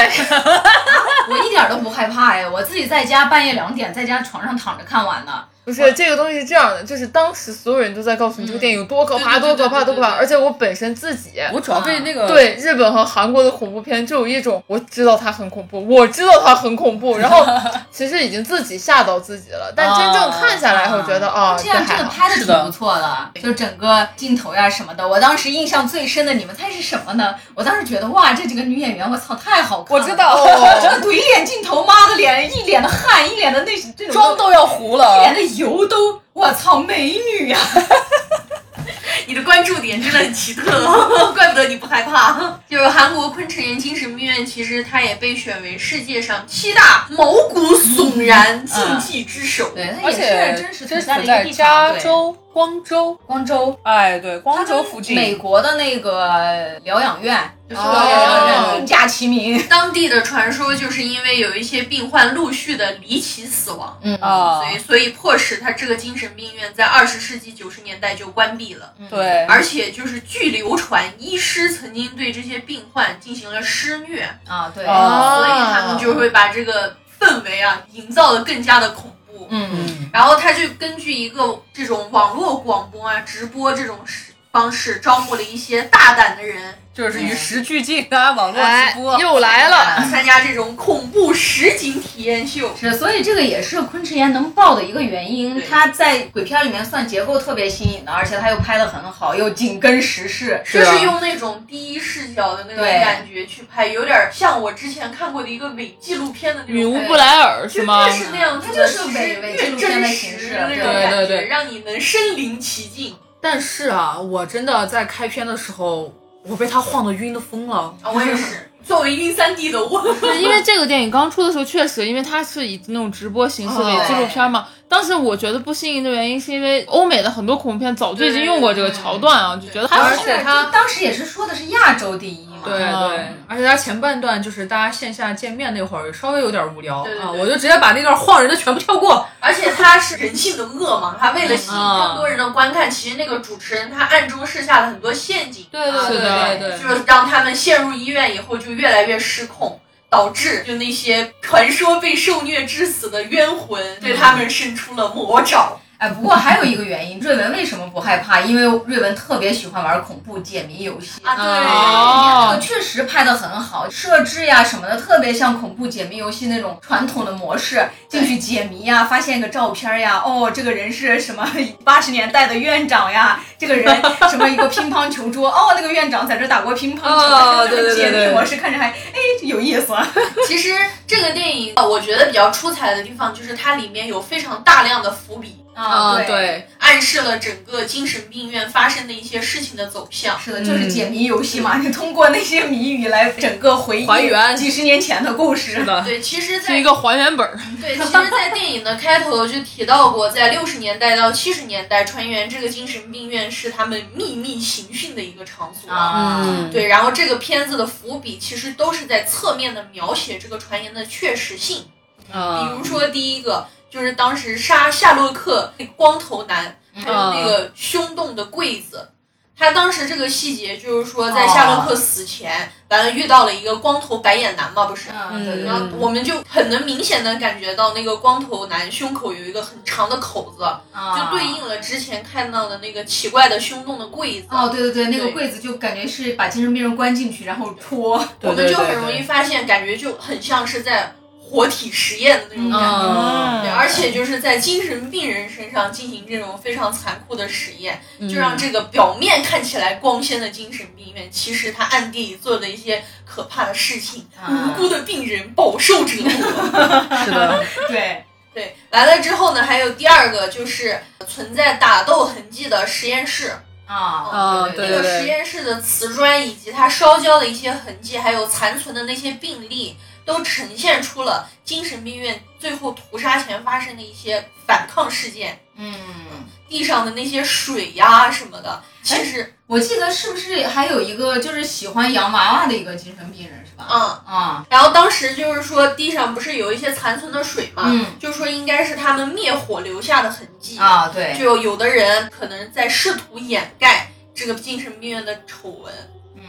B: 我一点都不害怕哎，我自己在家半夜两点在家床上躺着看完的。
C: 不是这个东西是这样的，就是当时所有人都在告诉你这个电影有多可怕，
H: 嗯对对
C: 多可
H: 对
C: 怕，
H: 对
C: 多
H: 对
C: 可怕，
H: 对
C: 而且我本身自己
E: 我主要被那个
C: 对日本和韩国的恐怖片就有一种我知道它很恐怖，我知道它很恐怖，然 后其实已经自己吓到自己了，但真正看下来会觉得啊，
B: 这样真
C: 还
B: 的
C: 好。
B: 拍的
E: 是的
B: 挺不错的，就整个镜头呀什么的。我当时印象最深的，你们猜是什么呢？我当时觉得哇，这几个女演员，我操，太好看了！
E: 我知道
B: 哦这个怼脸镜头，妈的脸，一脸的汗，一脸的那这种
E: 妆都要糊
B: 一
E: 了
B: 脸，的油都，我操，美女呀、
H: 你的关注点真的很奇特， 怪不得你不害怕。就是韩国昆池岩精神病院，其实它也被选为世界上七大毛骨悚然禁忌之首。
B: 嗯对，它
E: 而
B: 也
E: 且
B: 是真实
E: 真
B: 存
E: 实
B: 在
E: 存
B: 的一个
E: 在
B: 地方。
E: 加
B: 对
E: 州、光州，
B: 光州，
E: 哎，对，光州附近，
B: 美国的那个疗养院，就是
C: 哦
B: 疗养院，另价齐名。
H: 当地的传说就是因为有一些病患陆续的离奇死亡，
E: 啊
H: 所以所以迫使他这个精神病院在二十世纪九十年代就关闭了。
E: 对，
H: 而且就是据流传，医师曾经对这些病患进行了施虐，
B: 啊，对，
C: 哦
H: 所以他们就会把这个氛围啊营造的更加的恐怖。
C: 嗯，
H: 然后他就根据一个这种网络广播啊、直播这种方式，招募了一些大胆的人
E: 就是与时俱进啊，网络
C: 哎
E: 直播，
C: 又来了，
H: 参加这种恐怖实景体验秀。
B: 是，所以这个也是昆池岩能爆的一个原因
H: 对。
B: 它在鬼片里面算结构特别新颖的，而且它又拍的很好，又紧跟时事。
E: 啊
H: 就是用那种第一视角的那种
B: 对
H: 感觉去拍，有点像我之前看过的一个伪纪录片的那
C: 女
H: 种
C: 巫
H: 感觉
C: 布莱尔是
H: 就
C: 吗
E: 啊
H: 越？是那样子
B: 它就
H: 的，
B: 是
H: 其
B: 伪
H: 实
B: 伪纪
H: 越
B: 录片
H: 真
B: 的
H: 实
B: 形式
H: 那种
B: 对
H: 感
E: 对
H: 觉，
E: 对
H: 让你能身临其境。
E: 但是啊，我真的在开篇的时候，我被他晃得晕的疯了。
H: 啊，我也是，作为晕三 D 的我，
C: 是因为这个电影刚出的时候，确实，因为它是以那种直播形式
E: 哦
C: 的纪录片嘛。当时我觉得不新颖的原因，是因为欧美的很多恐怖片早就已经用过这个桥段啊，就觉得还好
B: 而且它当时也是说的是亚洲第一嘛。
E: 对对
C: 嗯，
E: 啊而且他前半段就是大家线下见面那会儿稍微有点无聊
H: 对对
E: 啊，
H: 对
E: 我就直接把那段晃人的全部跳过。啊
H: 而且他是人性的恶嘛，他为了吸引
E: 嗯
H: 更多人的观看，其实那个主持人他暗中设下了很多陷阱，
E: 对对
C: 是的
E: 对对对，
H: 就是让他们陷入医院以后就越来越失控。导致就那些传说被受虐致死的冤魂对他们伸出了魔爪，
B: 哎，不过还有一个原因，瑞文为什么不害怕？因为瑞文特别喜欢玩恐怖解谜游戏。
H: 啊，对，
C: 哦
B: 这个确实拍的很好，设置呀什么的特别像恐怖解谜游戏那种传统的模式，进去解谜呀，发现个照片呀，哦，这个人是什么八十年代的院长呀，这个人什么一个乒乓球桌，哦，那个院长在这打过乒乓球，
E: 哦对对对
B: 这种解
E: 对
B: 谜模式看着还哎有意思啊。
H: 其实这个电影啊，我觉得比较出彩的地方就是它里面有非常大量的伏笔，
B: 啊
E: 嗯，对，
H: 暗示了整个精神病院发生的一些事情的走向。
B: 是的，
E: 嗯
B: 就是解谜游戏嘛，你通过那些谜语来整个回忆
E: 还原
B: 几十年前的故事。
E: 的，
H: 对，其实
C: 是
H: 在，
C: 一个还原本儿。
H: 对，其实，在电影的开头就提到过，在六十年代到七十年代，船员这个精神病院是他们秘密刑讯的一个场所。
B: 啊，
E: 嗯
H: 对，然后这个片子的伏笔其实都是在侧面的描写这个传言的确实性。比
E: 嗯
H: 如说第一个就是当时杀夏洛克那个光头男，
E: 嗯
H: 还有那个凶动的柜子。他当时这个细节就是说，
E: 哦
H: 在夏洛克死前，完了遇到了一个光头白眼男嘛，不是？
B: 嗯，
E: 嗯
B: 对
H: 然后我们就很能明显的感觉到那个光头男胸口有一个很长的口子，
B: 啊
E: 啊
H: 就对应了之前看到的那个奇怪的凶动的柜子。
B: 哦，对对对，那个
H: 对
B: 柜子就感觉是把精神病人关进去，然后戳。
H: 我们就很容
E: 对
H: 易发现，感觉就很像是在活体实验的那种感觉。
E: 嗯，
H: 对，而且就是在精神病人身上进行这种非常残酷的实验，
E: 嗯
H: 就让这个表面看起来光鲜的精神病院，其实他暗地里做了一些可怕的事情，
E: 啊
H: 无辜的病人饱受折磨。
E: 是的，
B: 对，
H: 对，来了之后呢，还有第二个就是存在打斗痕迹的实验室，
B: 啊，
E: 嗯
B: 对
H: 那
E: 对
H: 个实验室的瓷砖以及它烧焦的一些痕迹，还有残存的那些病例，都呈现出了精神病院最后屠杀前发生的一些反抗事件。
B: 嗯，
H: 地上的那些水呀、什么的，其实，
B: 我记得是不是还有一个就是喜欢洋娃娃的一个精神病人是吧？
H: 嗯，
B: 啊，
H: 然后当时就是说地上不是有一些残存的水嘛，
B: 嗯
H: 就说应该是他们灭火留下的痕迹，
B: 啊，对，
H: 就有的人可能在试图掩盖这个精神病院的丑闻。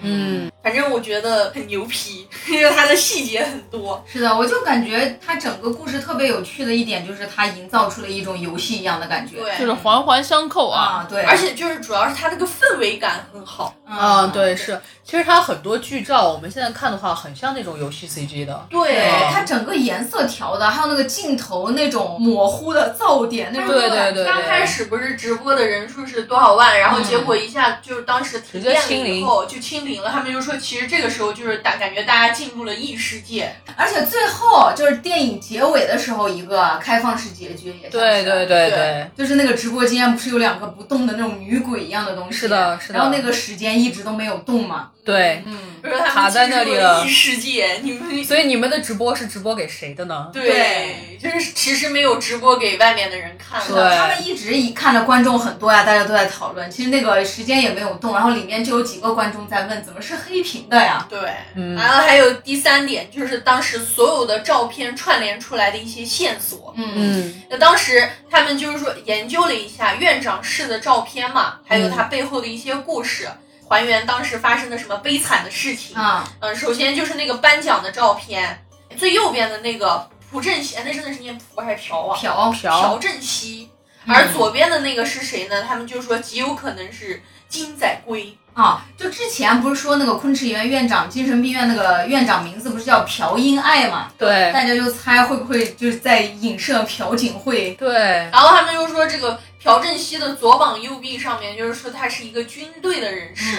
E: 嗯，
H: 反正我觉得很牛皮， 因为它的细节很多。
B: 是的，我就感觉他整个故事特别有趣的一点就是他营造出了一种游戏一样的感觉。
H: 对
C: 就是环环相扣啊。
B: 啊，对，嗯
H: 而且就是主要是它那个氛围感很好。
E: 啊，对，是，其实它很多剧照，我们现在看的话，很像那种游戏 CG 的，
H: 对
E: 哦
B: 对它整个颜色调的，还有那个镜头那种模糊的噪点，那种
E: 对对对嗯
H: 刚开始不是直播的人数是多少万，然后结果一下就是当时停电
E: 直接
H: 了
E: 清零
H: 以后就清零了，他们就说其实这个时候就是大感觉大家进入了异世界，
B: 而且最后就是电影结尾的时候，一个开放式结局也像是
E: 对对对对，
B: 就是那个直播间不是有两个不动的那种女鬼一样的东西，
E: 是的是的
B: 然后那个时间一直都没有动嘛，
E: 对，
B: 嗯，
H: 比如说他们
E: 卡在那里了
H: 进入异世界，你 们
E: 所以你们的直播是直播给谁的呢？
H: 对，就是其实没有直播给外面的人看的。
E: 对
B: 他们一直以看着观众很多呀，大家都在讨论，其实那个时间也没有动，然后里面就有几个观众在问怎么是黑屏的呀？
H: 对，
E: 嗯
H: 然后还有第三点，就是当时所有的照片串联出来的一些线索。
B: 嗯
E: 嗯，
H: 那当时他们就是说研究了一下院长室的照片嘛，还有他背后的一些故事，还原当时发生的什么悲惨的事情。
B: 啊，
H: 嗯，首先就是那个颁奖的照片，最右边的那个朴正熙，哎那真的是念朴还是朴啊？
B: 嫖
H: 朴嗯正熙。而左边的那个是谁呢？他们就说极有可能是金载圭。
B: 啊，就之前不是说那个昆池园院长精神病院那个院长名字不是叫朴英爱嘛？
E: 对
B: 大家就猜会不会就是在影射朴槿惠？
E: 对，
H: 然后他们又说这个朴正熙的左膀右臂上面，就是说他是一个军队的人士，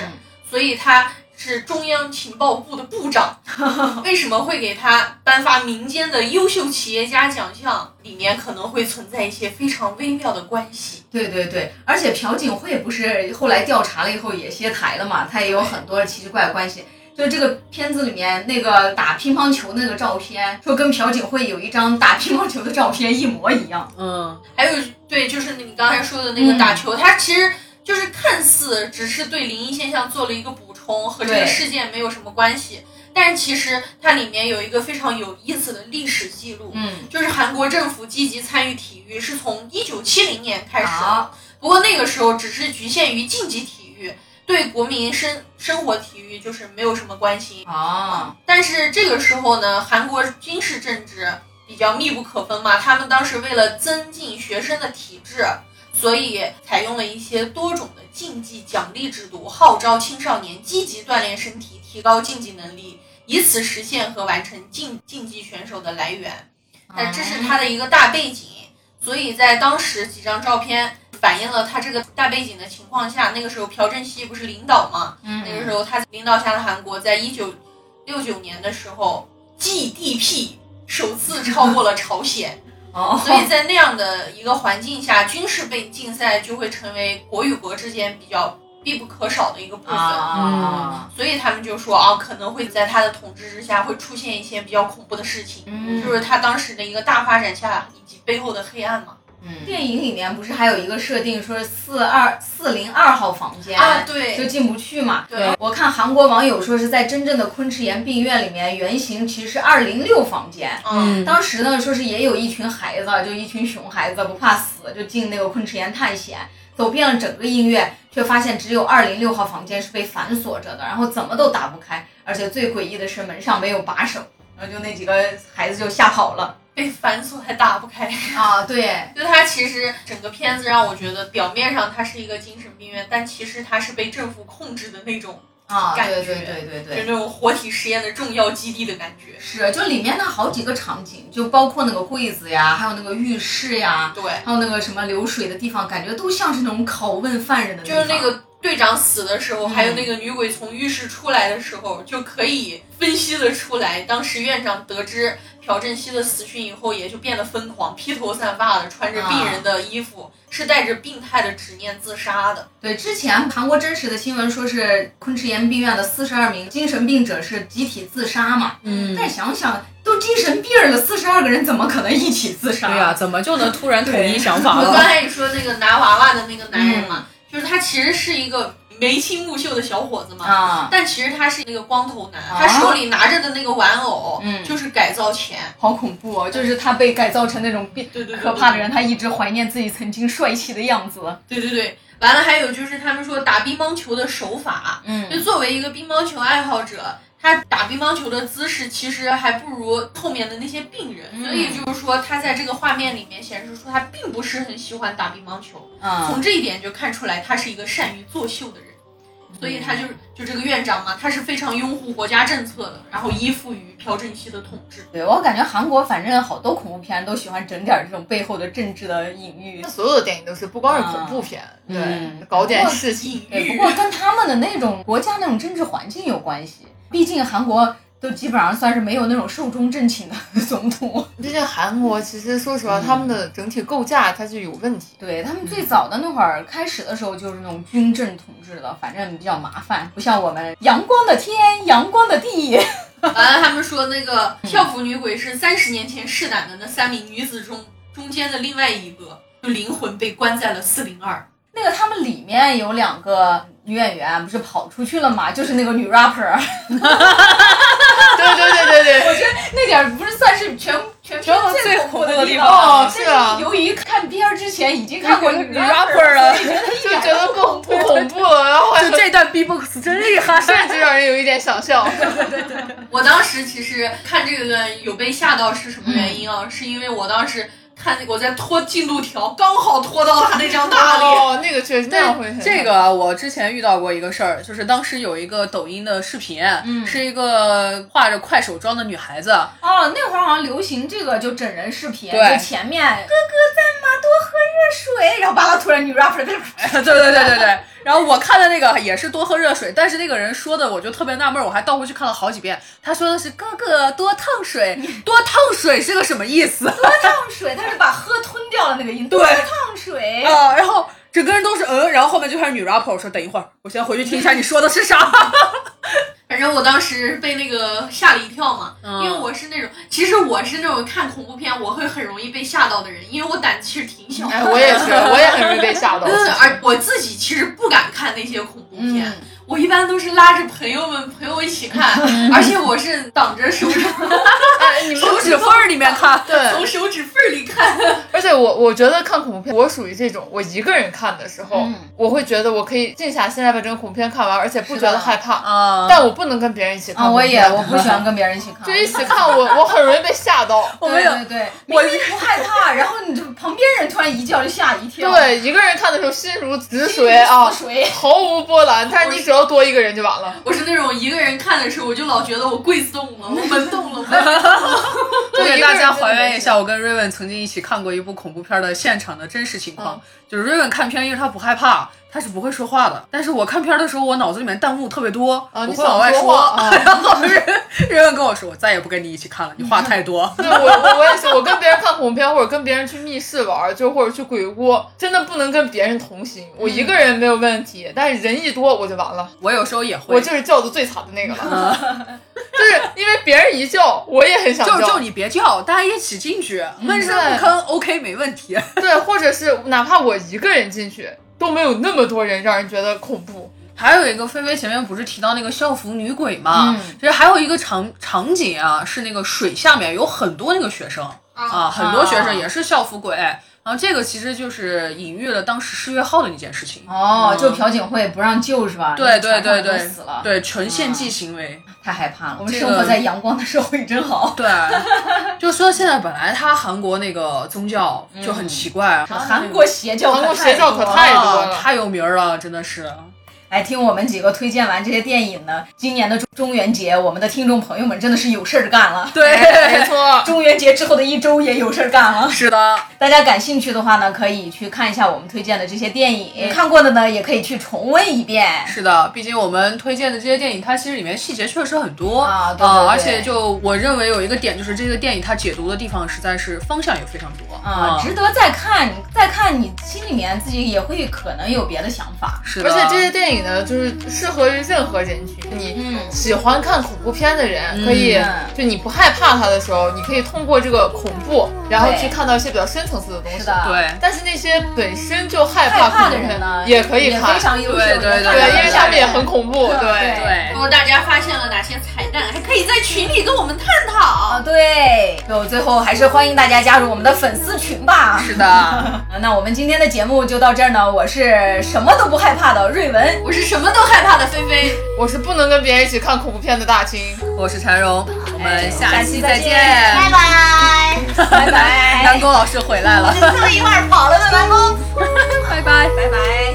H: 所以他是中央情报部的部长。为什么会给他颁发民间的优秀企业家奖项？里面可能会存在一些非常微妙的关系。
B: 对对对，而且朴槿惠不是后来调查了以后也歇台了嘛，她也有很多奇奇怪怪关系。就这个片子里面那个打乒乓球那个照片，说跟朴槿惠有一张打乒乓球的照片一模一样。
E: 嗯，
H: 还有对，就是你刚才说的那个
B: 嗯
H: 打球，它其实就是看似只是对灵异现象做了一个补充，和这个
B: 对
H: 事件没有什么关系。但是其实它里面有一个非常有意思的历史记录，
B: 嗯，
H: 就是韩国政府积极参与体育是从一九七零年开始，
B: 好，
H: 不过那个时候只是局限于竞技体育，对国民生生活体育就是没有什么关心。
B: 啊，
H: 但是这个时候呢，韩国军事政治比较密不可分嘛，他们当时为了增进学生的体质，所以采用了一些多种的竞技奖励制度，号召青少年积极锻炼身体，提高竞技能力，以此实现和完成竞竞技选手的来源。
B: 啊
H: 那这是他的一个大背景，所以在当时几张照片反映了他这个大背景的情况下，那个时候朴正熙不是领导吗？
B: 嗯
H: 那个时候他领导下的韩国，在一九六九年的时候，GDP 首 次超过了朝鲜，
B: 哦，
H: 所以在那样的一个环境下，军事被竞赛就会成为国与国之间比较必不可少的一个部分。
B: 啊，
H: 所以他们就说啊，可能会在他的统治之下会出现一些比较恐怖的事情，
B: 嗯
H: 就是他当时的一个大发展下以及背后的黑暗嘛。
B: 电影里面不是还有一个设定说四二四零二号房间
H: 啊，
B: 就
H: 对
B: 进不去嘛。
H: 对，
B: 我看韩国网友说是在真正的昆池岩病院里面，原型其实是二零六房间。
H: 嗯，
B: 当时呢，说是也有一群孩子，就一群熊孩子不怕死，就进那个昆池岩探险，走遍了整个音乐，却发现只有二零六号房间是被反锁着的，然后怎么都打不开，而且最诡异的是门上没有把手，然后就那几个孩子就吓跑了。
H: 被反锁还打不开。
B: 啊，对，
H: 就他其实整个片子让我觉得，表面上他是一个精神病院，但其实他是被政府控制的那种，
B: 啊，
H: 感
B: 对对
H: 觉
B: 对对
H: 就是
B: 对。
H: 那种活体实验的重要基地的感觉。
B: 是，就里面那好几个场景，就包括那个柜子呀，还有那个浴室呀，
H: 对，
B: 还有那个什么流水的地方，感觉都像是那种拷问犯人的地
H: 就是
B: 方，
H: 那个队长死的时候，
B: 嗯
H: 还有那个女鬼从浴室出来的时候，就可以分析的出来。当时院长得知朴正熙的死讯以后，也就变得疯狂，披头散发的，穿着病人的衣服，是带着病态的执念自杀的。
B: 对，之前韩国真实的新闻说是昆池岩病院的四十二名精神病者是集体自杀嘛，
E: 嗯
B: 但想想都精神病儿了，四十二个人怎么可能一起自杀？
E: 对啊呀、怎么就能 突然统一想法
H: 我 刚
E: 了？
H: 才你说那个拿娃娃的那个男人嘛，就是他其实是一个眉清目秀的小伙子嘛，
B: 啊，
H: 但其实他是那个光头男，
B: 啊
H: 他手里拿着的那个玩偶，
B: 嗯
H: 就是改造前，
B: 好恐怖哦！就是他被改造成那种变
H: 对对对
B: 可怕的人，他一直怀念自己曾经帅气的样子。
H: 对对对。完了，还有就是他们说打乒乓球的手法，
B: 嗯
H: 就作为一个乒乓球爱好者，他打乒乓球的姿势其实还不如后面的那些病人，
G: 嗯
H: 所以就是说他在这个画面里面显示出他并不是很喜欢打乒乓球，
B: 啊
G: 嗯
H: 从这一点就看出来他是一个善于作秀的人，
G: 嗯
H: 所以他就是就这个院长嘛，他是非常拥护国家政策的，然后依附于朴正熙的统治。
B: 对我感觉韩国反正好多恐怖片都喜欢整点儿这种背后的政治的隐喻
G: 那。所有的电影都是，不光是恐怖片，对，搞点事情。
H: 隐
B: 对，不
H: 喻
B: 过跟他们的那种国家那种政治环境有关系。毕竟韩国都基本上算是没有那种寿终正寝的 总统。
C: 毕竟韩国其实说实话，他们的整体构架它就有问题。
B: 对他们最早的那会儿开始的时候就是那种军政统治的，反正比较麻烦，不像我们阳光的天、阳光的地。
H: 完了，他们说那个跳舞女鬼是三十年前试胆的那三名女子中中间的另外一个，就灵魂被关在了四零二。
B: 那个他们里面有两个女演员不是跑出去了嘛，就是那个女 rapper，
C: 对对对对对，
B: 那点儿不是算是全全
E: 全国
B: 片
E: 最
B: 恐
E: 恐
B: 怖
E: 怖
B: 的
E: 的
B: 地
E: 地
B: 方。
C: 哦，是啊，
B: 由于看 BL 之前已经看过 女
E: rapper 了，
C: 就觉得更不恐怖 了，然后还
E: 就这段 B-box 真厉害。
C: 甚至让人有一点想笑。
H: 我当时其实看这个有被吓到是什么原因啊？是因为我当时看那个我在拖进度条，刚好拖到他那张大脸。
C: 哦，那个确实那样会很
E: 这个啊我之前遇到过一个事儿，就是当时有一个抖音的视频，是一个画着快手妆的女孩子，
B: 哦，那会儿好像流行这个就整人视频，
E: 对
B: 就前面哥哥在吗？多喝热水，然后巴拉突然女 rapper 在 那
E: 对对对对对。然后我看的那个也是多喝热水，但是那个人说的我就特别纳闷儿，我还倒回去看了好几遍。他说的是哥哥多烫 水，多烫水是个什么意思？
B: 烫水，他是把喝吞掉了那个音，
E: 对
B: 多烫水。
E: 啊、然后整个人都是嗯，然后后面就开始女 rapper，我说等一会儿，我先回去听一下你说的是啥。
H: 反正我当时被那个吓了一跳嘛，
E: 嗯
H: 因为我是那种，其实我是那种看恐怖片我会很容易被吓到的人，因为我胆子其实挺小的。
C: 哎，我 也是，我也很容易被吓到。
H: 嗯，而我自己其实不敢看那些恐怖片，
B: 嗯
H: 我一般都是拉着朋友们陪我一起看，而且我是挡着手指，
C: 哎，你 们
E: 手指缝儿里面看，
C: 对，
H: 从手指缝儿里看。
C: 而且我我觉得看恐怖片，我属于这种，我一个人看的时候，我会觉得我可以静下心来把这个恐怖片看完，而且不觉得害怕。
E: 啊、
C: 但我不能跟别人一起看
B: 啊，
C: 恐怖
B: 我也
C: 片，
B: 我不喜欢跟别人一起看，
C: 就
B: 对
C: 一起看 我，我很容易被吓到。
E: 我们有
B: 对对，
E: 我
B: 明明不害 怕，然后你就旁边人突然一叫就吓一跳，，
C: 对，一个人看的时候心如止水 啊，
B: 水
C: 毫无波澜。但是你只要多一个人就完了。
H: 我是那种一个人看的时候，我就老觉得我柜子动了，我门动了，我门动了。
E: 我给大
C: 一个人
E: 家
C: 真的
E: 还
C: 没
E: 原一
C: 事
E: 下，我跟 Raven 曾经一起看过一部恐怖片的现场的真实情况。就是 Raven 看片，因为他不害怕，他是不会说话的。但是我看片的时候，我脑子里面弹幕特别多，
C: 啊，
E: 我
C: 你
E: 会
C: 想
E: 往外
C: 说 话啊？
E: 然后 Raven 跟我说，我再也不跟你一起看了，你话太多。
C: 对，我我我也是，我跟别人看恐怖片，或者跟别人去密室玩，就或者去鬼屋，真的不能跟别人同行。我一个人没有问题，但是人一多我就完了，
E: 我有时候也会，
C: 我就是叫的最惨的那个了， 就是因为别人一叫，我也很想
E: 就就
C: 叫。
E: 你别叫，嗯大家一起进去，闷声不 吭，OK 没问题。
C: 对，或者是哪怕我一个人进去，都没有那么多人让人觉得恐怖。
E: 还有一个，菲菲前面不是提到那个校服女鬼嘛？其实还有一个场场景啊，是那个水下面有很多那个学生啊，很多学生也是校服鬼。然后这个其实就是隐喻了当时世越号的那件事情。
B: 哦，
E: 嗯
B: 就朴槿惠不让救是吧？
E: 对对对
B: 那个船上
E: 对
B: 人死了，，
E: 对，纯献祭行为。
B: 太害怕了。我们
E: 这
B: 生
E: 个
B: 活在阳光的社会真好。
E: 对， 就说现在本来他韩国那个宗教就很奇怪，
B: 啊 韩国邪教，
C: 韩国邪教可太多
E: 啊
C: 了。
E: 太有名儿了，真的是。
B: 哎，听我们几个推荐完这些电影呢，今年的中中元节，我们的听众朋友们真的是有事儿干了。
E: 对，
C: 没错，
B: 中元节之后的一周也有事儿干了。
E: 哎是的，
B: 大家感兴趣的话呢，可以去看一下我们推荐的这些电影，看过的呢也可以去重温一遍。
E: 是的，毕竟我们推荐的这些电影，它其实里面细节确实很多
B: 啊对对
E: 呃
B: 对
E: 而且就我认为有一个点，就是这个电影它解读的地方实在是方向也非常多
B: 啊，值得再看，再看你心里面自己也会可能有别的想法。
E: 是的，
C: 而且这些电影呢，就是适合于任何人群。
B: 嗯
C: 你喜欢看恐怖片的人，可以就你不害怕它的时候，你可以通过这个恐怖，然后去看到一些比较深层次的东西。
B: 是的，
E: 对。
C: 但是那些本身就害
B: 害
C: 怕
B: 怕
C: 恐
B: 的
C: 怖
B: 人呢
C: 片也可以
B: 非
C: 看，
B: 常优秀，
E: 对对
B: 也
E: 对
B: 非
C: 对，
B: 常
C: 因为他们也很
B: 优秀
C: 恐怖，对。
E: 对
H: 如，果大家发现了哪些彩蛋，还可以在群里跟我们探讨
B: 啊，。对，就最后还是欢迎大家加入我们的粉丝群吧。
E: 是的，
B: 啊那我们今天的节目就到这儿呢。我是什么都不害怕的瑞文，
H: 我是什么都害怕的菲菲。
C: 我是不能跟别人一起看恐怖片的大清。
E: 我是陈荣，我们
B: 下
E: 下
B: 期
E: 期
B: 再
E: 再
B: 见
E: 见。
D: 拜 拜。
B: 拜拜。
E: 南宫老师回来了，
D: 这么一会儿跑了的南宫。
E: 拜拜。
B: 拜拜。